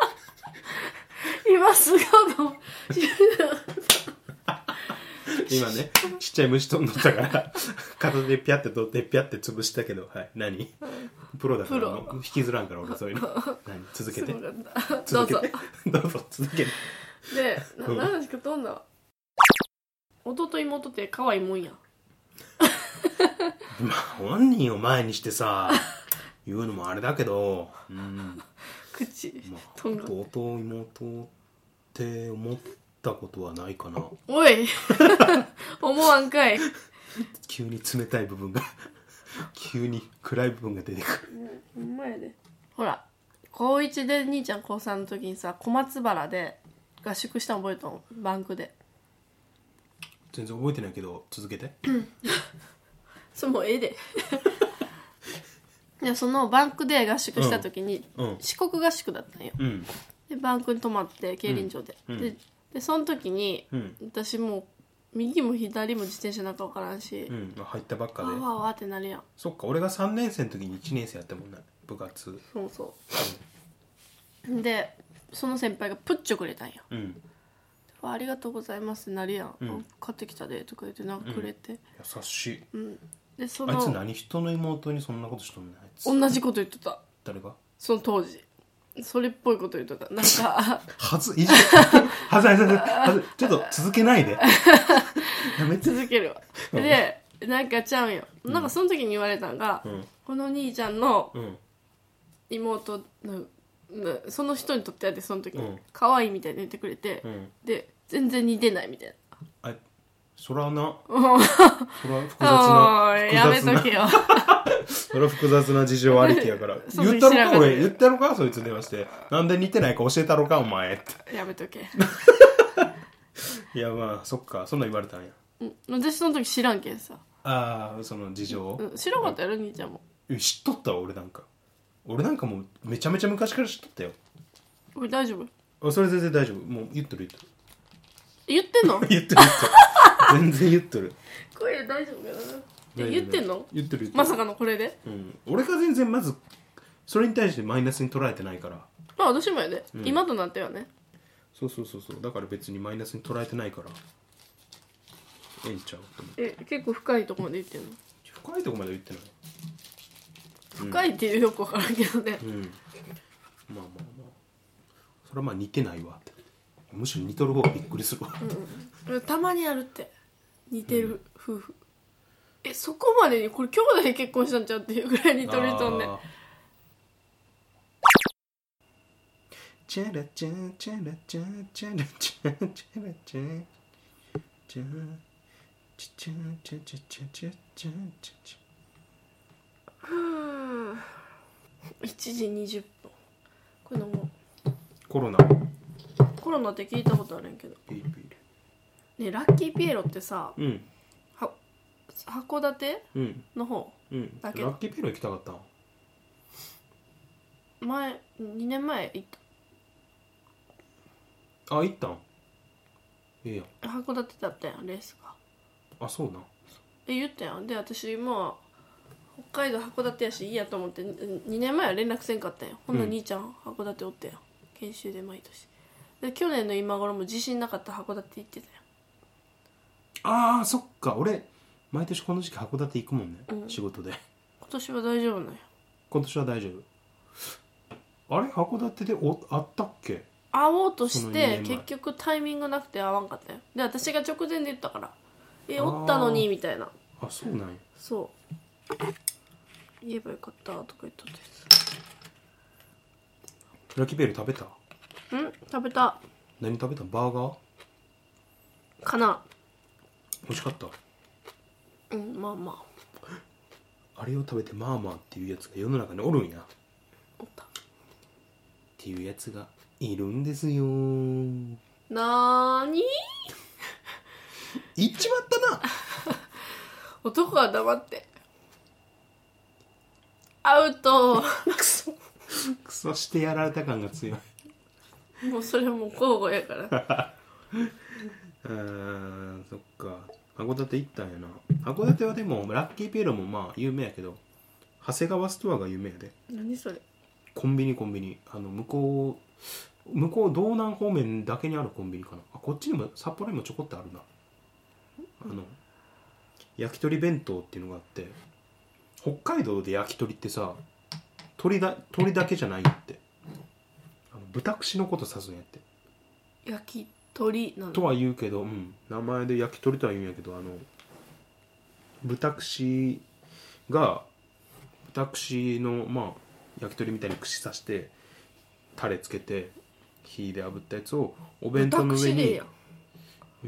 今すごいの今ねちっちゃい虫飛んどったから片手でピャって取ってピャって潰したけどはい何プロだからプロもう引きずらんから俺そういうの何続けすてごかったど続うけぞてどうぞ続けてでなうん何の話か飛んだわ弟妹って可愛いもんやまあ本人を前にしてさ言うのもあれだけどうん口まあとんがって弟妹って思ったことはないかなおい 思わんかい急に冷たい部分が 急に暗い部分が出てくるほんまやでほら高1で兄ちゃん高3の時にさ小松原で合宿したの覚えとんバンクで全然覚えてないけど続けてそれもうええで いやそのバンクで合宿した時に、うん四国合宿だったんようんでバンクに泊まって競輪場で、うんうでんでその時にうん私もう右も左も自転車なんか分からんし、うんまあ入ったばっかわでーわーわーってなるやんそっか俺が3年生の時に1年生やったもんな部活そうそうでその先輩がプッチョくれたんやうん優「わあありがとうございます」ってなるやん「うんあ買ってきたで」とか言ってなんかくれて、しいうんでそあいつの何人の妹にそんなことしとんねんあいつ同じこと言ってた誰がその当時それっぽいこと言ってたなんかはずいじ はずはずはずはずちょっと続け ないでやめて続けるわでなんかちゃうんよなんかその時に言われたんが、うんこの兄ちゃんのうん妹ののその人にとってはでその時うにん可愛いみたいに言ってくれて、うんで全然似てないみたいなあそらなうんそ ら複雑おないやめ複雑となけよ それは複雑な事情ありきやからそんな言ったろ知らんかかった俺言ったろかそいつ電話してなんで似てないか教えたろかお前っやめとけていやまあそっかそんなん言われたんやうん私その時知らんけんさ、ああその事情をうん、知らんかったやろ兄ちゃんもえ知っとったわ俺なんか俺なんかもうめちゃめちゃ昔から知っとったよこれ大丈夫あそれ全然大丈夫もう言っとる言っとる言ってんの 言っとる言っとる全然言っとる声大丈夫かなえ言ってんの言ってる言ってるまさかのこれでうん、俺が全然まずそれに対してマイナスに捉えてないからまあ私もやで、ん今となってはねそうそうそうそうだから別にマイナスに捉えてないからええんちゃうと思ってえ結構深いとこまで言ってんの深いとこまでは言ってない深いっていうよくわからんけどね、うんまあまあまあそれはまあ似てないわってむしろ似とる方がびっくりするわ、うんたまにあるって似てる夫婦、えそこまでにこれ兄弟で結婚したんちゃうっていうぐらい似とる人ねあーチャラチャチャラチャチャラチャチャラチャチャチャチャチャチャチャチャチャチ1時20分これ飲もャコロナうコロナって聞いたことあるんやけどビールビーねラッキーピエロってさルうんは函館うんの方うんラだけッキーピエロ行きたかった前2年前行っあ行ったんええやんた函館だったやんレースがあそうなんえ言ったやんで私もう北海道函館やしいいやと思って2年前は連絡せんかったんやほんなうん兄ちゃん函館おったやん研修で毎年で去年の今頃も自信なかった函館行ってたあーそっか俺毎年この時期函館行くもんね、うん仕事でやん今年は大丈夫なんや今年は大丈夫あれ函館でおあったっけ会おうとしその二て年前結局タイミングなくて会わんかったよで私が直前で言ったから「えおったのに」みたいなあそうなんやそう言えばよかったとか言っとってラッキーピエロ食べたうん食べた何食べたバーガーかな美味しかったうんまあまああれを食べてまあまあっていうやつが世の中におるんやっおったていうやつがいるんですよなーに 行っちまったな男は黙ってアウトクソクソしてやられた感が強いもうそれもう交互や からうーんそっか函館行ったんやな函館はでもラッキーピエロもまあ有名やけど長谷川ストアが有名やで何それコンビニコンビニあの向こう向こう道南方面だけにあるコンビニかなあこっちにも札幌にもちょこっとあるなあの焼き鳥弁当っていうのがあって北海道で焼き鳥ってさ鳥だ鳥だけじゃないんやってあの豚串のこと指すんやって焼き鳥なのとは言うけど、うん、名前で焼き鳥とは言うんやけどあの豚串が豚串のまあ焼き鳥みたいに串刺してタレつけて火で炙ったやつをお弁当の上私でええにやん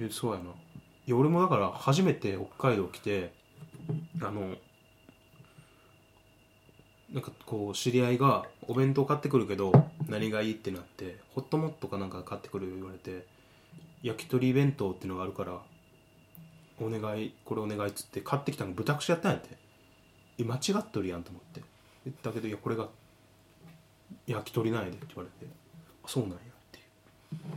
えそうやないや俺もだから初めて北海道来てあのなんかこう知り合いがお弁当買ってくるけど何がいいってなってホットモットかなんか買ってくる言われて焼き鳥弁当ってのがあるからお願いこれお願いっつって買ってきたのが豚串やったんやってえ間違っとるやんと思ってえだけどいやこれが焼き鳥なんやでって言われてあそうなんやっていう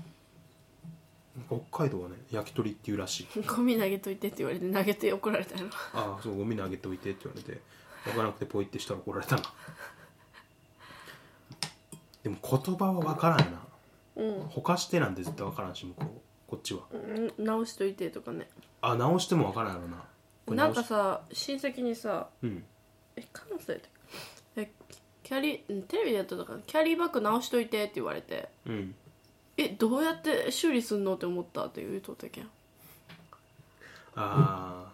なんか北海道はね焼き鳥っていうらしいゴミ投げといてって言われて投げて怒られたやろああそうゴミ投げておいてって言われて分からなくてポイってしたら怒られたな でも言葉は分からんなうほかしてなんて絶対分からんし向こうこっちはん直しといてとかねあ直しても分からんやろなこれなん直しかさ親戚にさうんえ関西でえキャリうんテレビでやってたからキャリーバッグ直しといてって言われてうんえどうやって修理すんのって思ったって言うとったけんああ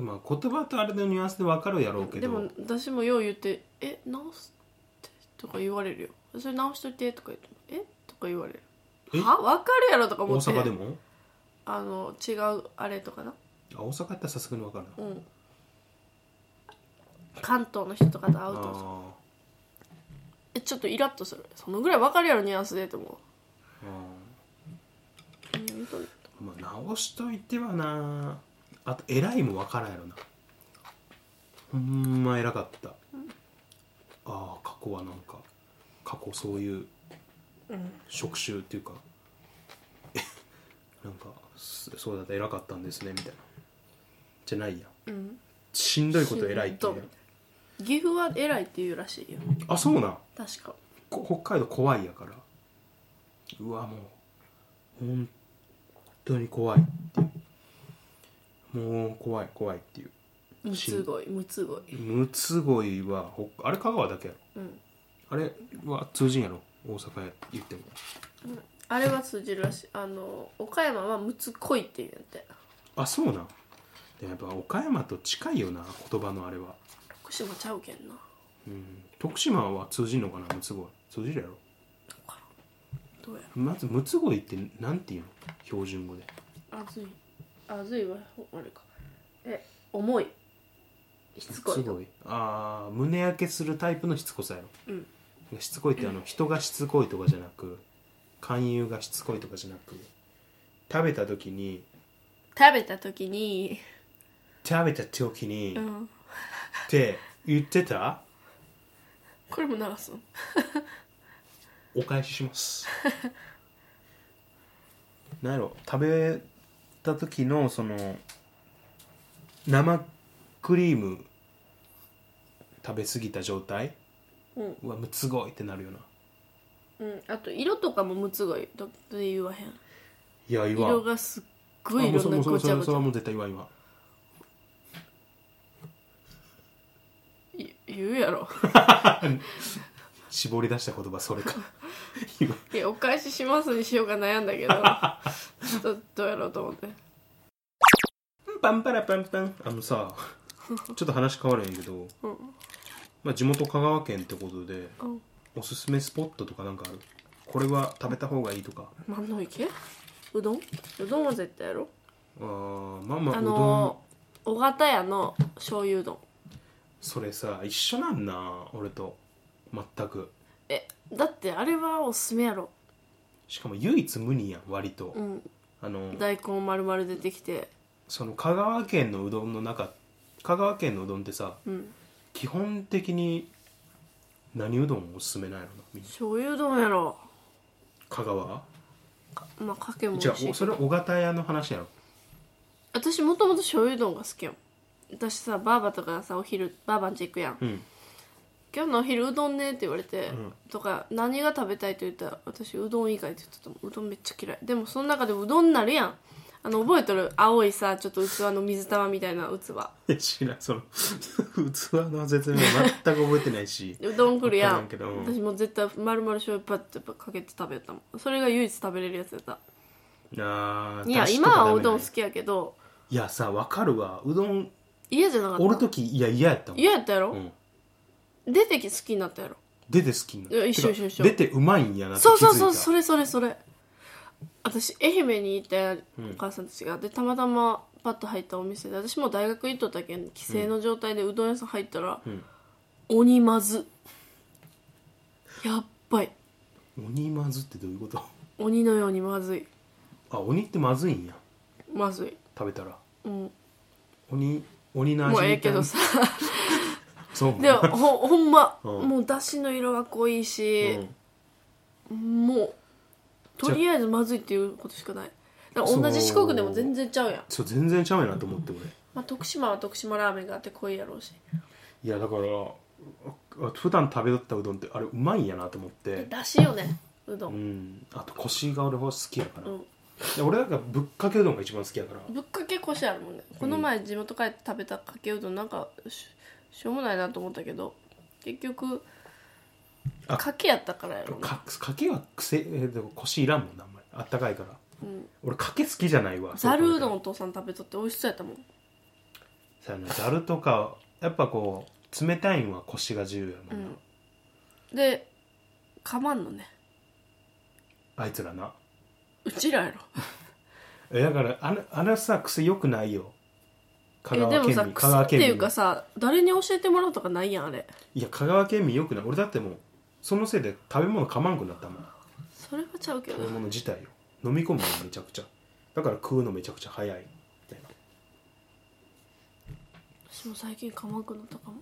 まあ言葉とあれのニュアンスで分かるやろうけどでも私もよう言って「え直すって」とか言われるよ「それ直しといて」とか言って「えとか言われるえは分かるやろとか思大って阪でもあの違うあれとかなあ大阪やったらさすがに分かるなうん関東の人とかと会うとあえちょっとイラッとするそのぐらい分かるやろニュアンスでって思うーあうん言うとるーまあ直しといてはなあと偉いも分からんやろなほんま偉かった、ああ過去はなんか過去そういう職種っていうか、なんかそそうだった偉かったんですねみたいなじゃないやんうんしんどいこと偉いっていうやんしん岐阜は偉いって言うらしいよあそうなん確かこ北海道怖いやからうわもう本当に怖いっていうもう怖い怖いっていうむつごいむつごいムツゴイはほあれ香川だけやろうんあれは通じんやろ大阪へ言ってもあれは通じるらしいあの岡山はむつこいって言うんやってあそうなんでもやっぱ岡山と近いよな言葉のあれは、福島ちゃうけんなうん、徳島は通じんのかなムツゴイ通じるやろどうやまずムツゴイってなんていうの標準語であずいあずいはほあれかえ重いしつこいすごいああ胸焼けするタイプのしつこさやろ、うんしつこいってあの人がしつこいとかじゃなく勧誘がしつこいとかじゃなく食べた時に食べた時に食べた時に、うっんて言ってたこれも流すのお返しします なんやろ食べた時のその生クリーム食べ過ぎた状態うんうわむつごいってなるよなうんあと色とかもむつごいとって言わへんいや言わん色がすっごあもういいろそんなもうそごれちゃごそちれゃはもう絶対言わん言わんい言うやろ 絞り出した言葉それか今いやお返ししますにしようか悩んだ けどちょっとどうやろうと思ってパンパラパンパンあのさちょっと話変わるんやけど、うんまあ、地元香川県ってことでうんおすすめスポットとかなんかあるこれは食べた方がいいとか万能池うどんうどんは絶対やろあーまあまあ、あうどんのー、尾形屋の醤油うどんそれさ一緒なんな俺と全くえだってあれはおすすめやろしかも唯一無二やん割と、うんあの大根丸々出てきてその香川県のうどんの中香川県のうどんってさうん基本的に何うどんおすすめなんやろなみんな醤油丼やろ香川まあかけも美じゃ味しいそれ尾形屋の話やろ私もともと醤油丼が好きやもん私さばあばとかがさお昼ばあばんち行くやん うん今日のお昼うどんねって言われて、んとか何が食べたいと言ったら私うどん以外って言ってたもんうどんめっちゃ嫌いでもその中でうどんになるやんあの覚えとる青いさちょっと器の水玉みたいな器え知らんその 器の説明全く覚えてないしうどん来るやわからんんけどうん私もう絶対丸々醤油パッてかけて食べたもんそれが唯一食べれるやつやったあーいや出汁と今かはダメうどんな好いきやけどいやさわかるわうどん嫌じゃなかおるった時いや嫌やったもん嫌やったやうろ、ん、出てき好きになったやろ出て好きになるいや一緒てか一緒一緒出てうまいんやなって気づそういたそうそうそれそれそれ私愛媛にいてうんお母さんたちが、でたまたまパッと入ったお店で私もう大学行っとったけん帰省の状態でうどん屋さん入ったら、うん鬼まずやっばい鬼まずってどういうこと 鬼のようにまずいあ鬼ってまずいんやまずい食べたらうん鬼鬼の味もみたいうなええけどさそうでもほ ほんま、うんもうだしの色が濃いし、もうじゃとりあえずまずいっていうことしかないだから同じ四国でも全然ちゃうやん、そう全然ちゃうやなと思って俺まあ、徳島は徳島ラーメンがあって濃いやろうしいやだからあ普段食べとったうどんってあれうまいんやなと思ってだしよねうど、うんんあとコシが俺は好きやから、うんで俺なんかぶっかけうどんが一番好きやからぶっかけこしあるもんねこの前地元帰って食べたかけうどんなんかししょうもないなと思ったけど結局あかけやったからやろな、かかけは癖えでもコシいらんもんなあんまりあったかいからうん、俺かけ好きじゃないわざるうどんんお父さん食べとって美味しそうやったもんそうやなざるとかやっぱこう冷たいんはコシが自由やもんな、でかまんのねあいつらなうちらやろえだからあれあれさ癖よくないよ香えで川も県さ民香癖川って県い民うかさ誰に教えてもらうとかないやんあれいや香川県民よくない俺だってもうそのせいで食べ物噛まんくなったもんそれはちゃうけど食べな物自体よ飲み込むのめちゃくちゃだから食うのめちゃくちゃ早いみたいな私も最近かまんくなった かも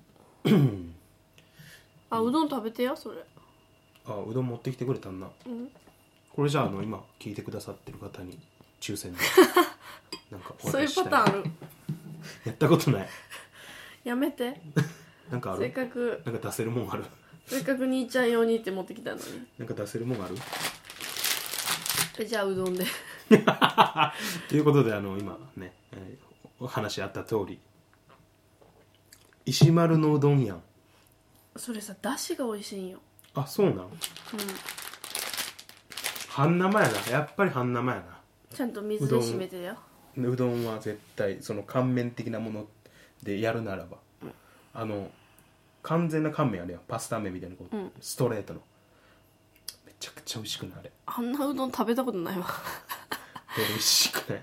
あうどん食べてやそれあうどん持ってきてくれたんな、んこれじゃああの今聞いてくださってる方に抽選でなんかおそう渡いしうしたパいターンあるやったことないやめてなんかあせっるかくなんか出せるもんあるせっかく兄ちゃん用にって持ってきたのになんか出せるもんあるえじゃあうどんでということであの今ね、えーお話あった通り石丸のうどんやんそれさだしが美味しいんよあそうなんうん半生やなやっぱり半生やなちゃんと水で締めてようどんは絶対その乾麺的なものでやるならば、あの完全な乾麺あれやんパスタ麺みたいなこう、うんストレートのめちゃくちゃ美味しくないあれあんなうどん食べたことないわで美味しくない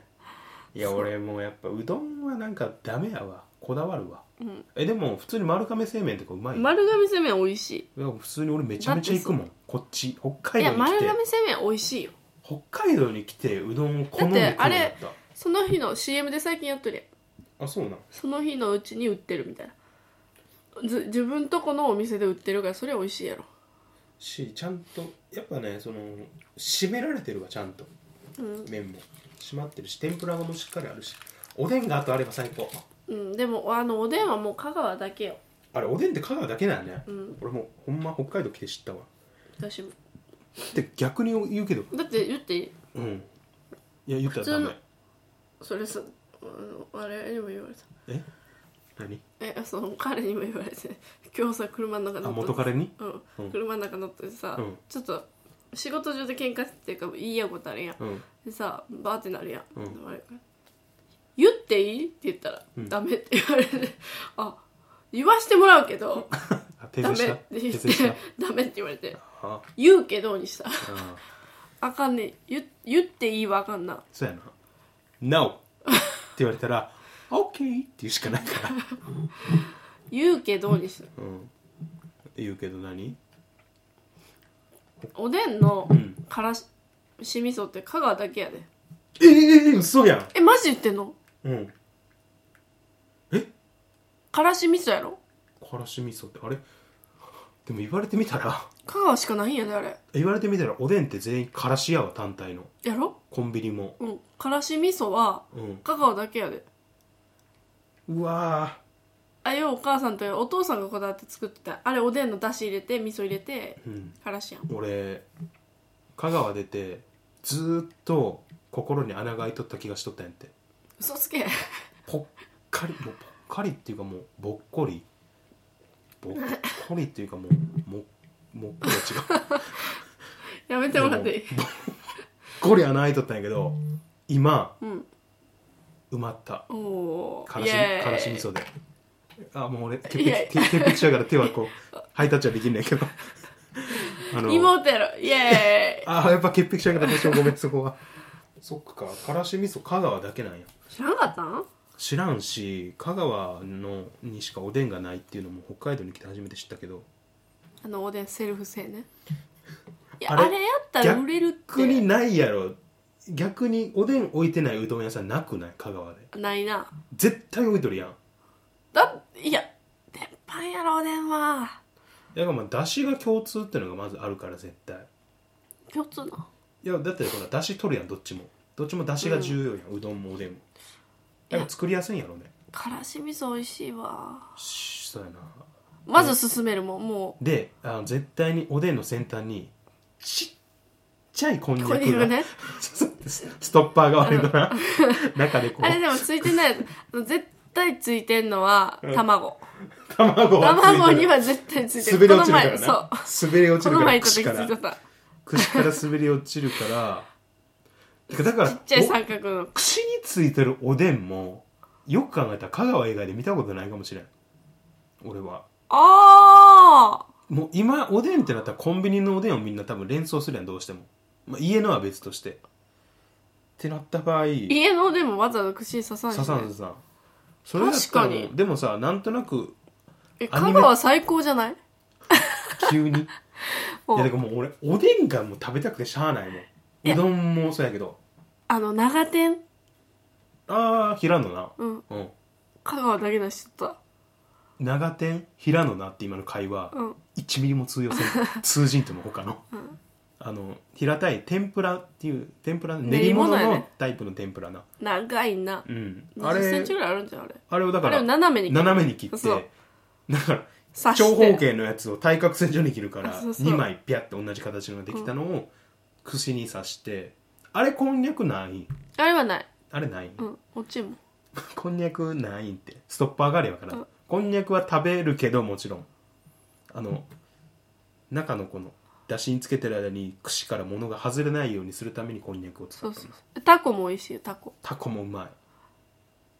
いや俺もうやっぱうどんはなんかダメやわこだわるわ、うんえでも普通に丸亀製麺とかうまいよ丸亀製麺美味しいや普通に俺めちゃめちゃ行くもんこっち北い海いや道に丸来て亀製麺美味しいよ北海道に来てうどんを好んでだ食うようにってなあっれたその日の CM で最近やっとるやんあそうなんその日のうちに売ってるみたいなず自分とこのお店で売ってるからそれ美味しいやろしちゃんとやっぱねその締められてるわちゃんと、麺も締まってるし天ぷらもしっかりあるしおでんがあとあれば最高うんでもあのおでんはもう香川だけよあれおでんって香川だけだよね、うん俺もうほんま北海道来て知ったわ私もって逆に言うけどだって言っていいうんいや言ったら普通ダのメそれさあのあれにも言われたえ何えその彼にも言われて今日さ車の中あ乗っ元とっ彼にううんん、車の中乗っててさ、うんちょっと仕事上で喧嘩っていうか言い合うことあるやんうんでさバーってなるやん、うんでもあれ言っていいって言ったら、うんダメって言われてあ言わしてもらう けどあ訂ダメ正しったて言訂っ正したてダメって言われて あ言うけどにしたああかんね言言っていいわあかんなそうやな NO って言われたら OK って言うしかないから言うけどにしたうん言うけど何おでんのうんからしし味噌って香川だけやでええ嘘やんえマジ言ってんのうんえからし味噌やろからし味噌ってあれでも言われてみたら香川しかないんやであれ言われてみたらおでんって全員からしやわ単体のやろコンビニもうんからし味噌はうん香川だけやでうわあようお母さんとお父さんがこだわって作ってたあれおでんのだし入れて味噌入れてーうんからしやん俺香川出てずーっと心に穴が開いとった気がしとったんやって嘘つけ ぽっかりもうぽっかりっていうかもうぼっこりぼっこりっていうかもうももっこりは違うやめてもらっていいぼっこり穴開いとったんやけど今うん埋まったおおからしからし味噌であもう俺潔イエ癖潔癖しながら手はこうハイタッチはできんねんけどあ妹やろイエーああやっぱ潔癖症だからどうしてもごめんそこはそっかからし味噌香川だけなんやイ知らんかったん知らんし香川のにしかおでんがないっていうのも北海道に来て初めて知ったけどあのおでんセルフ製ねいあやあれれやったら売れるって国ないやろ逆におでん置いてないうどん屋さんなくない香川でないな絶対置いとるやんだいや鉄板やろおでんはだからまあだしが共通ってのがまずあるから絶対共通ないやだってほらだし取るやんどっちもどっちもだしが重要やん、うどんもおでんもだから作りやすいんやろねからし味噌美味しいわしそうやなまず進めるもんもであの絶対におでんの先端にちっちゃいこんにうゃこれくでが、ね ストッパー代わりのな中でこあれうでもついてないやつあの絶対ついてんのは卵卵はついてる卵には絶対ついてる滑り落ちるからこの前そうな滑り落ちこるかのら前行った串時かついてらた串から滑り落ちるからてかだからちっちゃい三角のお串についてるおでんもよく考えたら香川以外で見たことないかもしれん俺はあもう今おでんってなったらコンビニのおでんをみんな多分連想するやんどうしても、まあ、家のは別としてってなった場合ー家のおでんもわざわざ串に刺さないさしさねんささんそれだったら確かにでもさなんとなくえアニメ香川最高じゃない急 にいもやだうからもう俺おでんがもう食べたくてしゃあないもんやうどんもそうやけどあの長天ああ平野なうんうん香川だけの人と長天平野なって今の会話、うん1ミリも通用せ ん通じんとも他の、あの平たい天ぷらっていう天ぷら練練りり物物やねのタイプの天ぷらな、長いなうんあ2 0セれンチぐらいあるんじゃんあれあれをだかあれらを斜めに斜めに切ってそうだから刺して長方形のやつを対角線上に切るからあそうそう2枚ピャって同じ形のができたのを串に刺してあれこんにゃくないあれはないあれない、うん落ちもこんにゃくないんってストッパーがあれやから、うんこんにゃくは食べるけどもちろんあの中のこのだしにつけてる間に串から物が外れないようにするためにこんにゃくを使そうったそのうそうタコも美味しいよタコ、タコもうま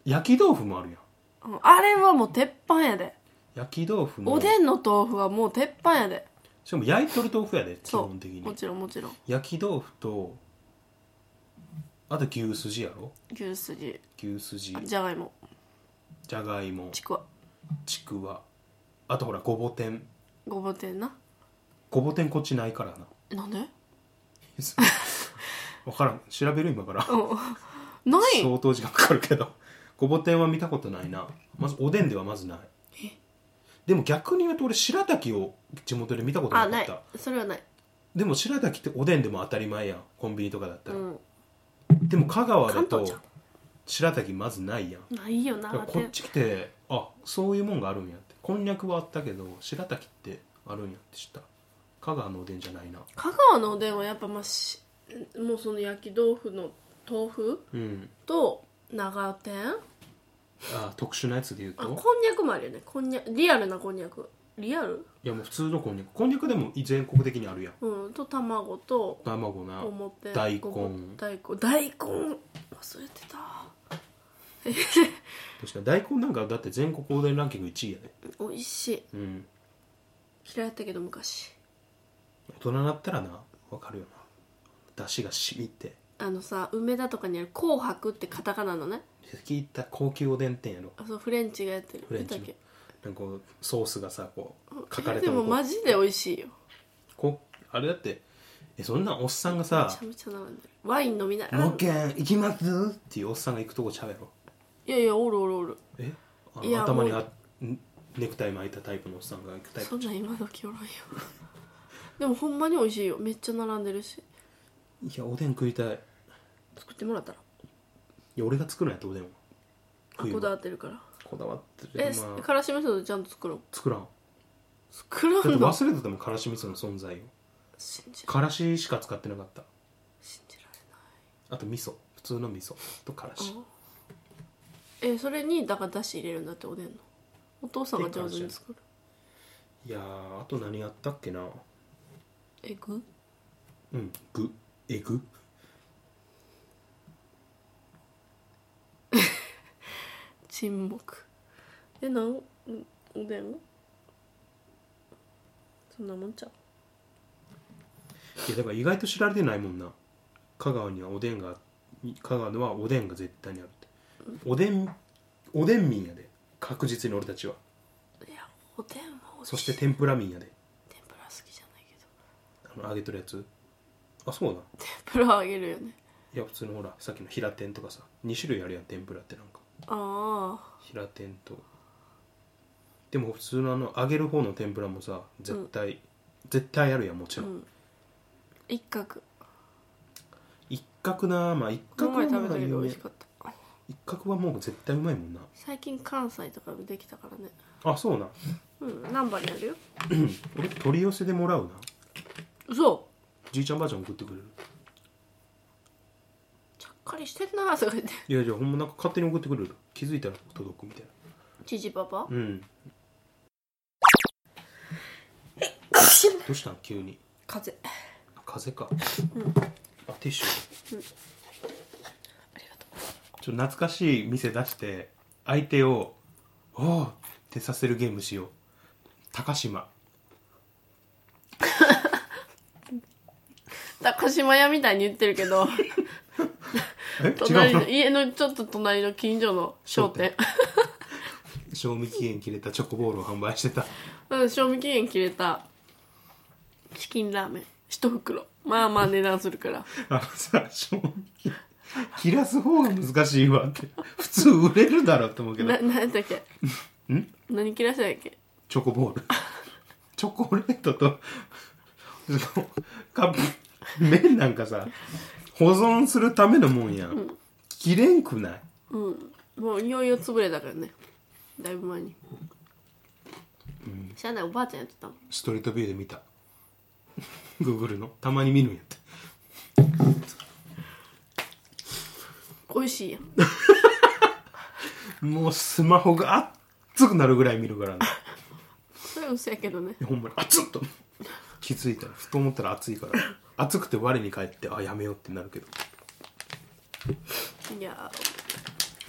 い焼き豆腐もあるやんうんあれはもう鉄板やで焼き豆腐もおでんの豆腐はもう鉄板やでしかも焼いとる豆腐やで基そ本的うもにちろんもちろん焼き豆腐とあと牛すじやろ牛すじ牛すじじゃがいもじゃがいもちくわちくわあとほらごぼ天ごぼ天なごぼ天こっちないからななんで分からん調べる今 からうんない相当時間かかるけどごぼ天は見たことないなまずおでんではまずないでも逆に言うと俺白滝を地元で見たことなあかなっいたそれはないでも白滝っておでんでも当たり前やんコンビニとかだったうら、んでも香川だ関東とじゃん白滝まずないやんないよだなからこっち来てあそういうもんがあるんやってこんにゃくはあったけど白滝ってあるんやって知った香川のおでんじゃないな香川のおでんはやっぱまあしもうその焼き豆腐の豆腐うんと長天あ特殊なやつで言うあこんとにゃくもあるよねこんにゃリアルなこんにゃくリアルいやもう普通のこんにゃくこんにゃくでも全国的にあるやんうんと卵と卵なおもぺん大根ごぼ大根大根忘れてた確かに大根なんかだって全国おでんランキング1位やで美味しいうん嫌いだったけど昔大人になったらなわかるよな出汁が染みてあのさ梅田とかにある「紅白」ってカタカナのね聞いた高級おでん店やろあそうフレンチがやってるフレンチの見たっなんかこうソースがさこうけ書かれでたもマジで美味しいよこうあれだってえそんなおっさんがめさちゃめちゃ並んでるワイン飲みな「がらロケン行きます?」っていうおっさんが行くとこちゃうやろいやいやおるおるおるえあいやの頭にあんネクタイ巻いたタイプのおっさんが行くタイそプんなん今時おらんよでもほんまに美味しいよめっちゃ並んでるしいやおでん食いたいい作ってもらったらや俺が作るんやったおでんはあ冬はこだわってるからこだわってるえ、まあからし味噌でちゃんと作ろう作らん作らだってんの忘れてたもんからし味噌の存在を信じらかれらししか使ってなかった信じらあと味噌普通の味噌とかられしないえそれにだからだし入れるんだっておでんのお父さんが上手に作るいやーあと何やったっけなえ具うん具えぐ沈黙えなんおおでんそんなもんちゃいうやだから意外と知られてないもんな香川にはおでんが香川ではおでんが絶対にあるっておでんおでん民やで確実に俺たちはいやおでんもおそして天ぷら民やで天ぷら好きじゃないけどあの揚げてるやつあそうだ天ぷらあげるよねいや普通のほらさっきの平天とかさ2種類あるやん天ぷらってなんかああ平天とでも普通のあの揚げる方の天ぷらもさ絶対、絶対あるやんもちろん、うん一角一角なまあ一この角は前食べまただけ有ど美名味しかった一角はもう絶対うまいもんな最近関西とかできたからねあそうなんうん何番にあるよ俺取り寄せでもらうな嘘じいちゃんばあちゃん送ってくれるちゃっかりしてんなとか言っていやいやほんまなんか勝手に送ってくれる気づいたら届くみたいなじじパパうんどうしたん急に風邪あ風邪か、あティッシュありがとちょっと懐かしい店出して相手を「おお!」ってさせるゲームしよう高島う高島屋みたいに言ってる けどえ違隣うのの家のちょっと隣の近所の商店賞味期限切れたチョコボールを販売してたうん賞味期限切れたチキンラーメン一袋まあまあ値段するからあのさ賞味期限切らす方が難しいわって普通売れるだろうと思うけどな何だっけん何切らしたんだっけチョコボール チョコレートとそのカップ麺なんかさ保存するためのもんやん、切れんくないうんもういよいよ潰れたからねだいぶ前に、知らないおばあちゃんやってたもんストリートビューで見たグーグルのたまに見るんやって美味しいやんもうスマホが熱くなるぐらい見るからねそれは嘘やけどねいやほんまに熱っと気づいたらふと思ったら熱いから熱くて我に返ってあやめようってなるけどいや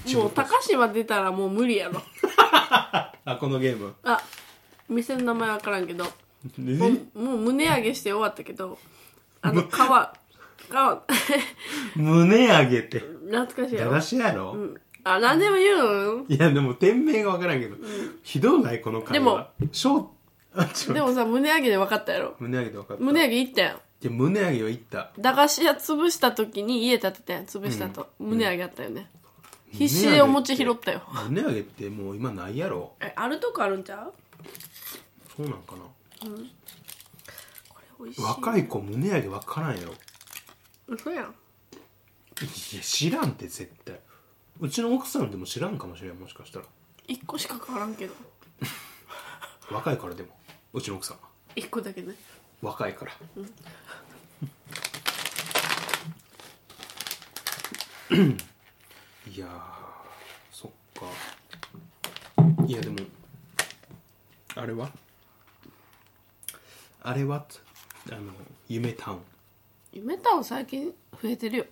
ーもう高島出たらもう無理やろあこのゲームあ店の名前分からんけどもえうもう胸上げして終わったけどあの川川胸上げて 懐かしいや駄ろ菓子やろ、あ何でも言うのいやでも店名が分からんけど、ひどないこの会話でもショーあちょっでともさ胸上げで分かったやろ胸上げで分かった胸上げ行ったやんで胸上げは言った駄菓子屋潰した時に家建てたやん潰したと、胸上げあったよね、必死でお餅拾ったよ胸上げってもう今ないやろえあるとこあるんちゃうそうなんかなこれ美味しい若い子胸上げ分からんやろ嘘やんいや知らんって絶対うちの奥さんでも知らんかもしれんもしかしたら1個しか変わらんけど若いからでもうちの奥さんは1個だけね若いから、いやーそっかいやでもあれはあれはつあの夢タウン夢タウン最近増えてるよ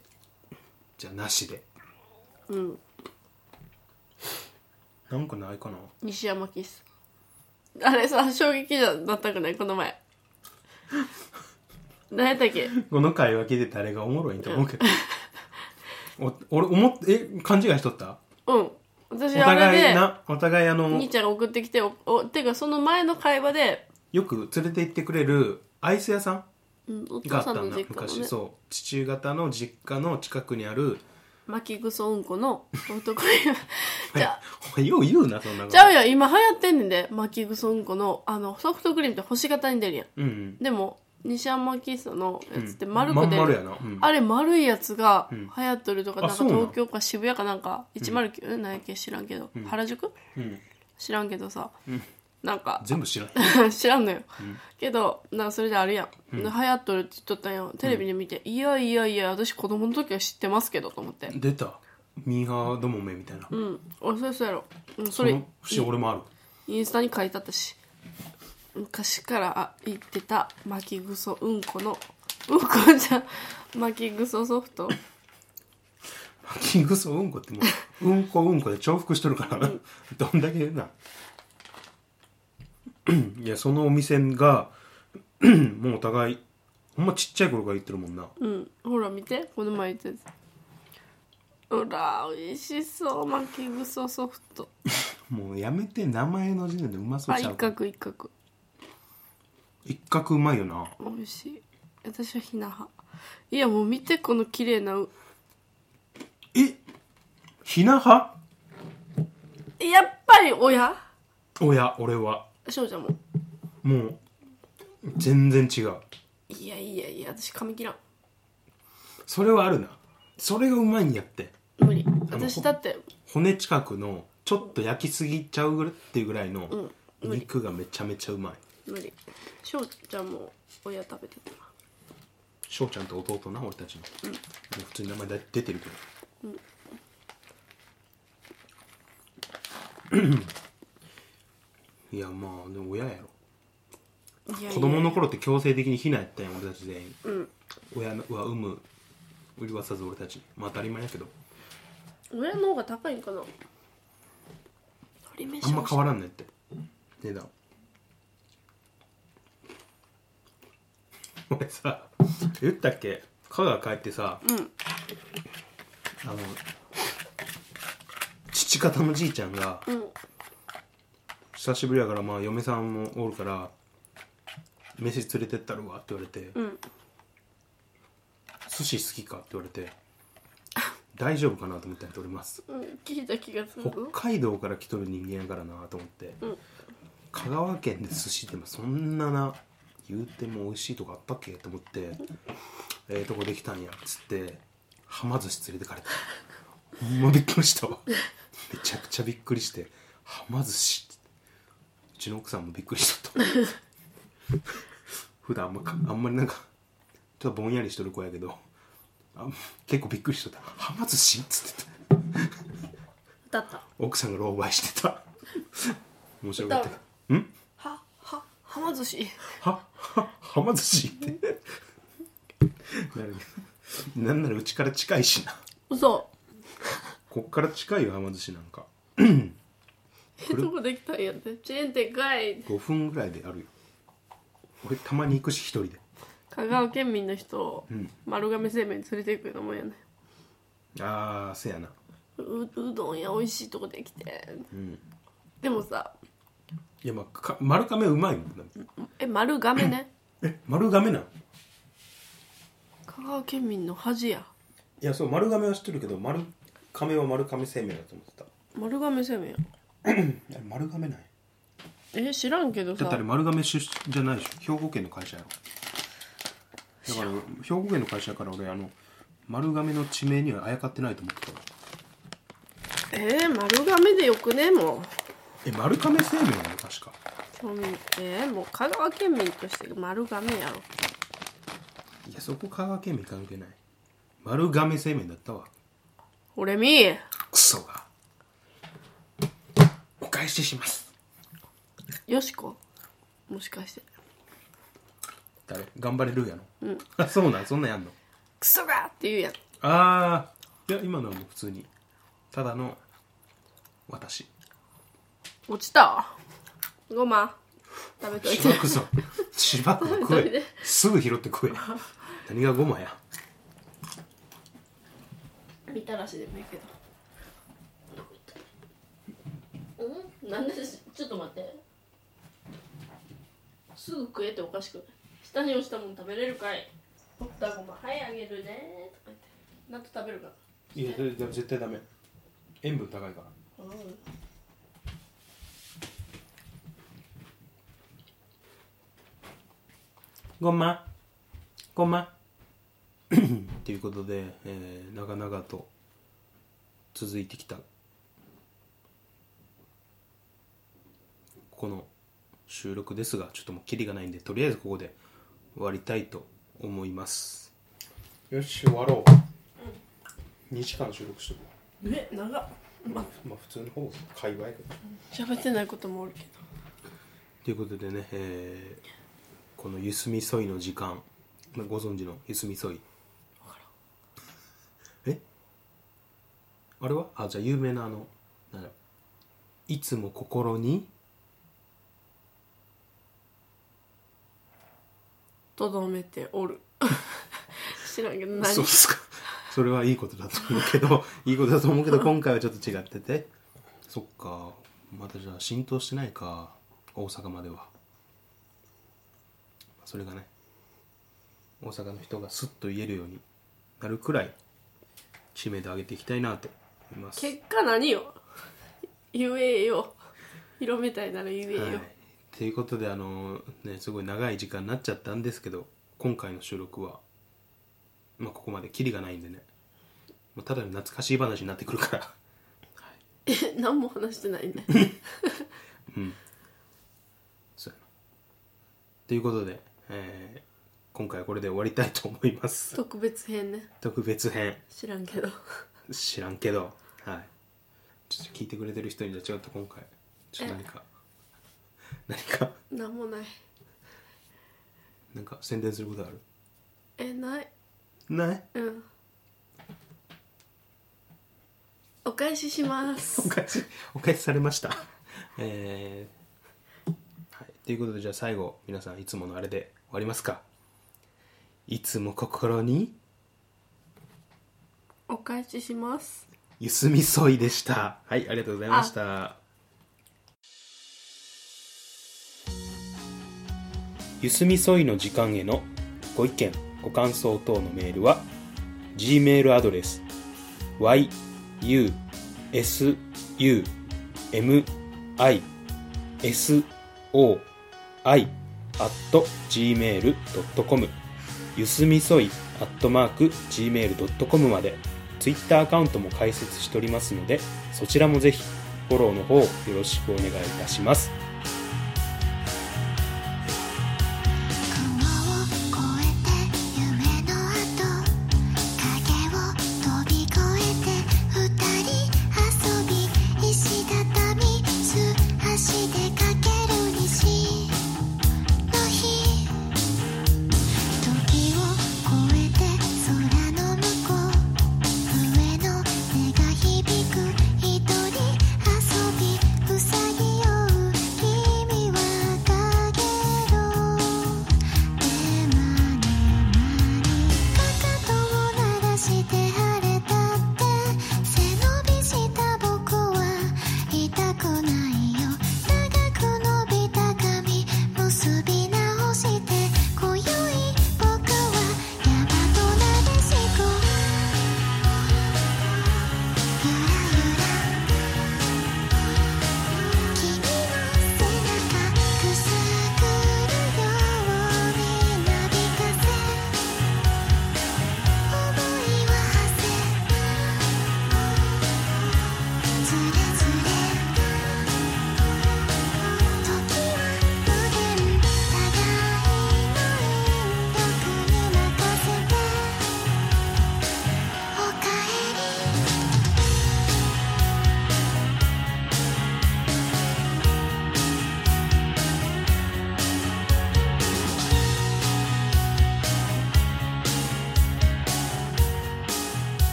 じゃなしでうんなんかないかな西山キスあれさ衝撃じゃなったくないこの前何やったっけこの会話聞いて誰がおもろいんと思う けどお俺思っえ勘違いしとったうん私おあれ互いでなお互いあの兄ちゃんが送ってきておおてかその前の会話で、よく連れて行ってくれるアイス屋さんうん、おがあった父さんのんだ実家の昔ねそう父方の実家の近くにある巻きぐそうん この男湯じゃお前 よう言うな、そんなこと。ちゃうやん今流行ってんねんで巻きぐそうんこのあのソフトクリームって星型に出るやんうんうん。でも西山喫茶のやつってうん丸く出まん丸る、やな。うんあれ丸いやつがう流ん行っとるとか、あなんそかうなん東京か渋谷かなんか109、なんやっけ知らんけど、うん原宿うん知らんけどさ、うんなんか全部知らない。 知らんのよ、んけどなんかそれであるやうん、ん流行っとるって言っとったんよテレビで見て、いやいやいや私子供の時は知ってますけどと思って出た。ミーハーどもめみたいな。うん俺そうそうやろ、うん、そそれの節俺もある。インスタに書いてあったし昔から言ってた巻きぐそうんこのうんこじゃん巻きぐそソフトキングソうんこっても う、うんこうんこで重複しとるから、どんだけな。いや、そのお店が、 もうお互い、ほんまちっちゃい頃から行ってるもんな。うんほら見てこの前言ってたやつほら美味しそう巻きぐそソフトもうやめて、名前の時点でうまそうあちゃ一うか。角一角一角うまいよな。美味しい私はひな派いやもう見てこの綺麗なうえひな派やっぱり親おや、俺は。翔ちゃんももう、全然違う。いやいやいや私髪切らんそれはあるな。それがうまいんやって。無理も私だって骨近くの、ちょっと焼きすぎちゃうぐらいっていうぐらいのん、無理肉がめちゃめちゃうまい。無理翔ちゃんも親食べてたな翔ちゃんと弟な俺たちの、もう普通に名前だ出てるけど、いやまあでも親やろいやいや子供の頃って強制的に避難やったやん俺たち全員、うん親のは産む売りはさず俺たちまあ当たり前やけど親の方が高いんかな鳥飯あんま変わわらんねんって値段俺さ言ったっけ香川帰ってさ、うんあの父方のじいちゃんがうん久しぶりやからまあ嫁さんもおるから飯連れてったるわって言われてうん寿司好きかって言われて大丈夫かなと思ったんやとりますうん聞いた気がする北海道から来とる人間やからなと思って、ん香川県で寿司ってまあそんなな言うても美味しいとこあったっけと思ってええとこできたんやっつってはま寿司連れてかれたほんまびっくりしたわめちゃくちゃびっくりしてはま寿司ってうちの奥さんもびっくりしとった普段あんまかあんまりなんかちょっとぼんやりしとる子やけどあ結構びっくりしとった「はま寿司?」っつってただった奥さんが狼狽してた面白かったけ歌どんはははま寿司はははま寿司ってなるなんならうちから近いしな嘘こっから近いよはま寿司なんかえ どこできたんやってチェーン店かい5分ぐらいであるよ俺たまに行くし一人で香川県民の人をうん丸亀製麺に連れて行くようなもんやねああせやなううどんや美味しいとこできてうんでもさいやまあか丸亀うまいもんなえ丸 亀ねえ丸亀なん香川県民の恥やいやそう丸亀は知ってるけど丸亀は丸亀製麺だと思ってた丸亀製麺やあれ丸亀ないえ知らんけどだってあれさ丸亀出身じゃないでしょ兵庫県の会社やろだから兵庫県の会社やから俺あの丸亀の地名にはあやかってないと思ってたわえー、丸亀でよくねもうえ丸亀製麺なの確かそうえー、もう香川県民として丸亀やろいやそこ香川県民関係ない丸亀製麺だったわ俺みークソがお返ししますよしこもしかして誰頑張れるやの、あ そうなんそんなんやんのクソがって言うやんああいや今のはもう普通にただの私落ちたごま食べといしてばくぞしばくぞ食えすぐ拾って食え何がゴマやみたらしでもいいけどうんなんでしちょっと待ってすぐ食えておかしくない下に落ちたもん食べれるかいドクターごまはいあげるねとか言って納豆食べるかいやでで絶対ダメ塩分高いからごまごまということで、えー長々と続いてきたこの収録ですがちょっともうキリがないんでとりあえずここで終わりたいと思いますよし終わろう、2時間収録してるえ長っまあまあ普通の方界隈喋ってないこともおるけどということでね、えーこのゆすみそいの時間、まあご存知のゆすみそい。えあれはあ、じゃあ有名なあの、なんだいつも心に、とどめておる 知らんけど何そうっすか。それはいいことだと思うけ ど、いいことだと思うけど、今回はちょっと違ってて。そっか、またじゃあ浸透してないか、大阪までは。それがね、大阪の人がスッと言えるようになるくらい、知名度上げていきたいなと思います。結果何よ言えよ広めたいなら言えよ、はい、ということであのねすごい長い時間になっちゃったんですけど今回の収録は、まあ、ここまでキリがないんでねもうただの懐かしい話になってくるからえ 何も話してない ねそうやなということで、えー今回はこれで終わりたいと思います 特別編ね特別編知らんけど 知らんけどはいちょっと聞いてくれてる人にじゃあちょっと今回ちょっと何か何か何もないなんか宣伝することあるえないないうんお返ししますお返し、お返しされました。えーはい。ということで、じゃあ最後、皆さんいつものあれで終わりますか。いつも心に、お返ししますゆすみそいでした。はい、ありがとうございました。ゆすみそいの時間へのご意見、ご感想等のメールは、g メールアドレス、y u s u m i s o i gmail.com ゆすみそい gmail.com まで Twitter アカウントも開設しておりますのでそちらもぜひフォローの方よろしくお願いいたします